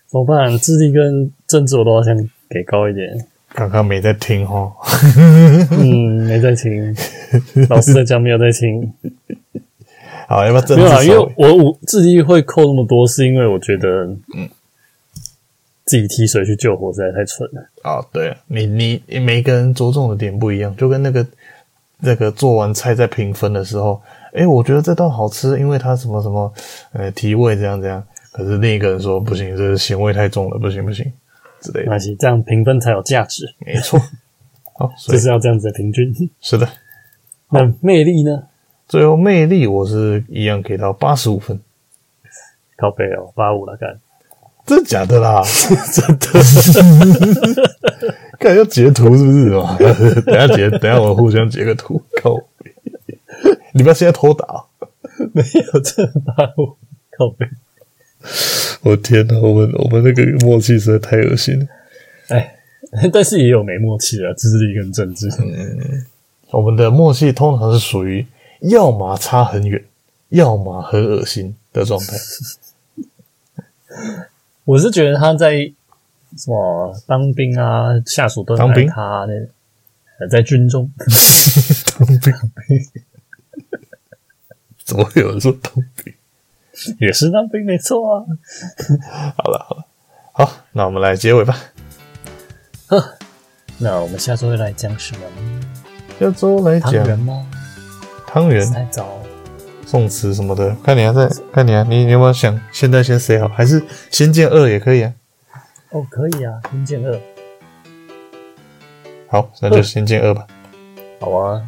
[SPEAKER 1] 怎么办？智力跟政治我都好想给高一 <laughs> 点。
[SPEAKER 2] 刚刚没在听哦，
[SPEAKER 1] 嗯，没在听，老师在讲，没有在 <laughs> 听。
[SPEAKER 2] 好，要不要政
[SPEAKER 1] 没有啦，啊
[SPEAKER 2] 治
[SPEAKER 1] 因
[SPEAKER 2] 收
[SPEAKER 1] 为
[SPEAKER 2] 尾？
[SPEAKER 1] 我我智力会扣那么多，是因为我觉得，嗯，自己提水去救火实在太蠢了。
[SPEAKER 2] 啊，对啊，你你每个人着重的点不一样，就跟那个那个做完菜在评分的时候，哎，我觉得这道好吃，因为它什么什么呃提味这样这样，可是另一个人说不行，这咸味太重了，不行不行之类
[SPEAKER 1] 没
[SPEAKER 2] 的，
[SPEAKER 1] 关系，这样评分才有价值，
[SPEAKER 2] 没错。好，所
[SPEAKER 1] 就
[SPEAKER 2] 以
[SPEAKER 1] 是要这样子的平均。
[SPEAKER 2] 是的，
[SPEAKER 1] 那魅力呢？
[SPEAKER 2] 最后魅力我是一样给到八十五分，
[SPEAKER 1] 靠背哦，八五了，干，
[SPEAKER 2] 真的假的啦？ <laughs>
[SPEAKER 1] 真的
[SPEAKER 2] 看要截图是不是嘛？ <laughs> 等一下截，等一下我们互相截个图，靠北！ <laughs> 你不要现在偷打哦、
[SPEAKER 1] 没有这八五，靠背。
[SPEAKER 2] 我天哪，我们我们那个默契实在太恶心了。
[SPEAKER 1] 哎， <laughs> 但是也有没默契的智力跟政治。
[SPEAKER 2] 我们的默契通常是属于要么差很远，要么很恶心的状态。
[SPEAKER 1] 我是觉得他在什么当兵啊，下属都很
[SPEAKER 2] 当
[SPEAKER 1] 爱
[SPEAKER 2] 兵
[SPEAKER 1] 他啊那呃在军中，
[SPEAKER 2] 当兵， <laughs> 怎么会有人说当兵？
[SPEAKER 1] <laughs> 也是当兵没错啊。
[SPEAKER 2] 好了好了，好，那我们来结尾吧。
[SPEAKER 1] 那我们下周会来讲什么呢？
[SPEAKER 2] 下周来
[SPEAKER 1] 唐人
[SPEAKER 2] 讲
[SPEAKER 1] 吗？
[SPEAKER 2] 汤圆、
[SPEAKER 1] 太早，
[SPEAKER 2] 宋词什么的，看你还在看你啊，你你有没有想现在先 say 好，还是先见二也可以啊？
[SPEAKER 1] 哦，可以啊，听见二，
[SPEAKER 2] 好，那就先见二吧。
[SPEAKER 1] 好啊。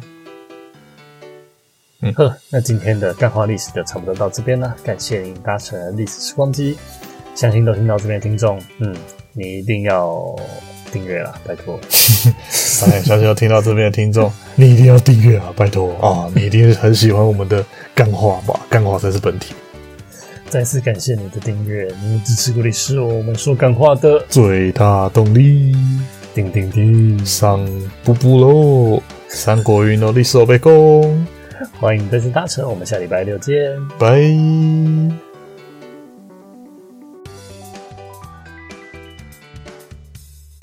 [SPEAKER 2] 嗯
[SPEAKER 1] 呵，那今天的干话历史就差不多到这边了，感谢您搭乘历史时光机，相信都听到这边的听众，嗯，你一定要订阅啦，拜托。
[SPEAKER 2] 哎，小小听到这边的听众， <laughs> 你一定要订阅啊，拜托啊！你一定很喜欢我们的干话吧？干话才是本体，
[SPEAKER 1] 再次感谢你的订阅，您支持鼓励是哦我们说感话的
[SPEAKER 2] 最大动力
[SPEAKER 1] 叮叮叮。
[SPEAKER 2] 上步步喽！三国云哦，历史欧背攻，
[SPEAKER 1] 欢迎再次搭乘，我们下礼拜六见。
[SPEAKER 2] 拜。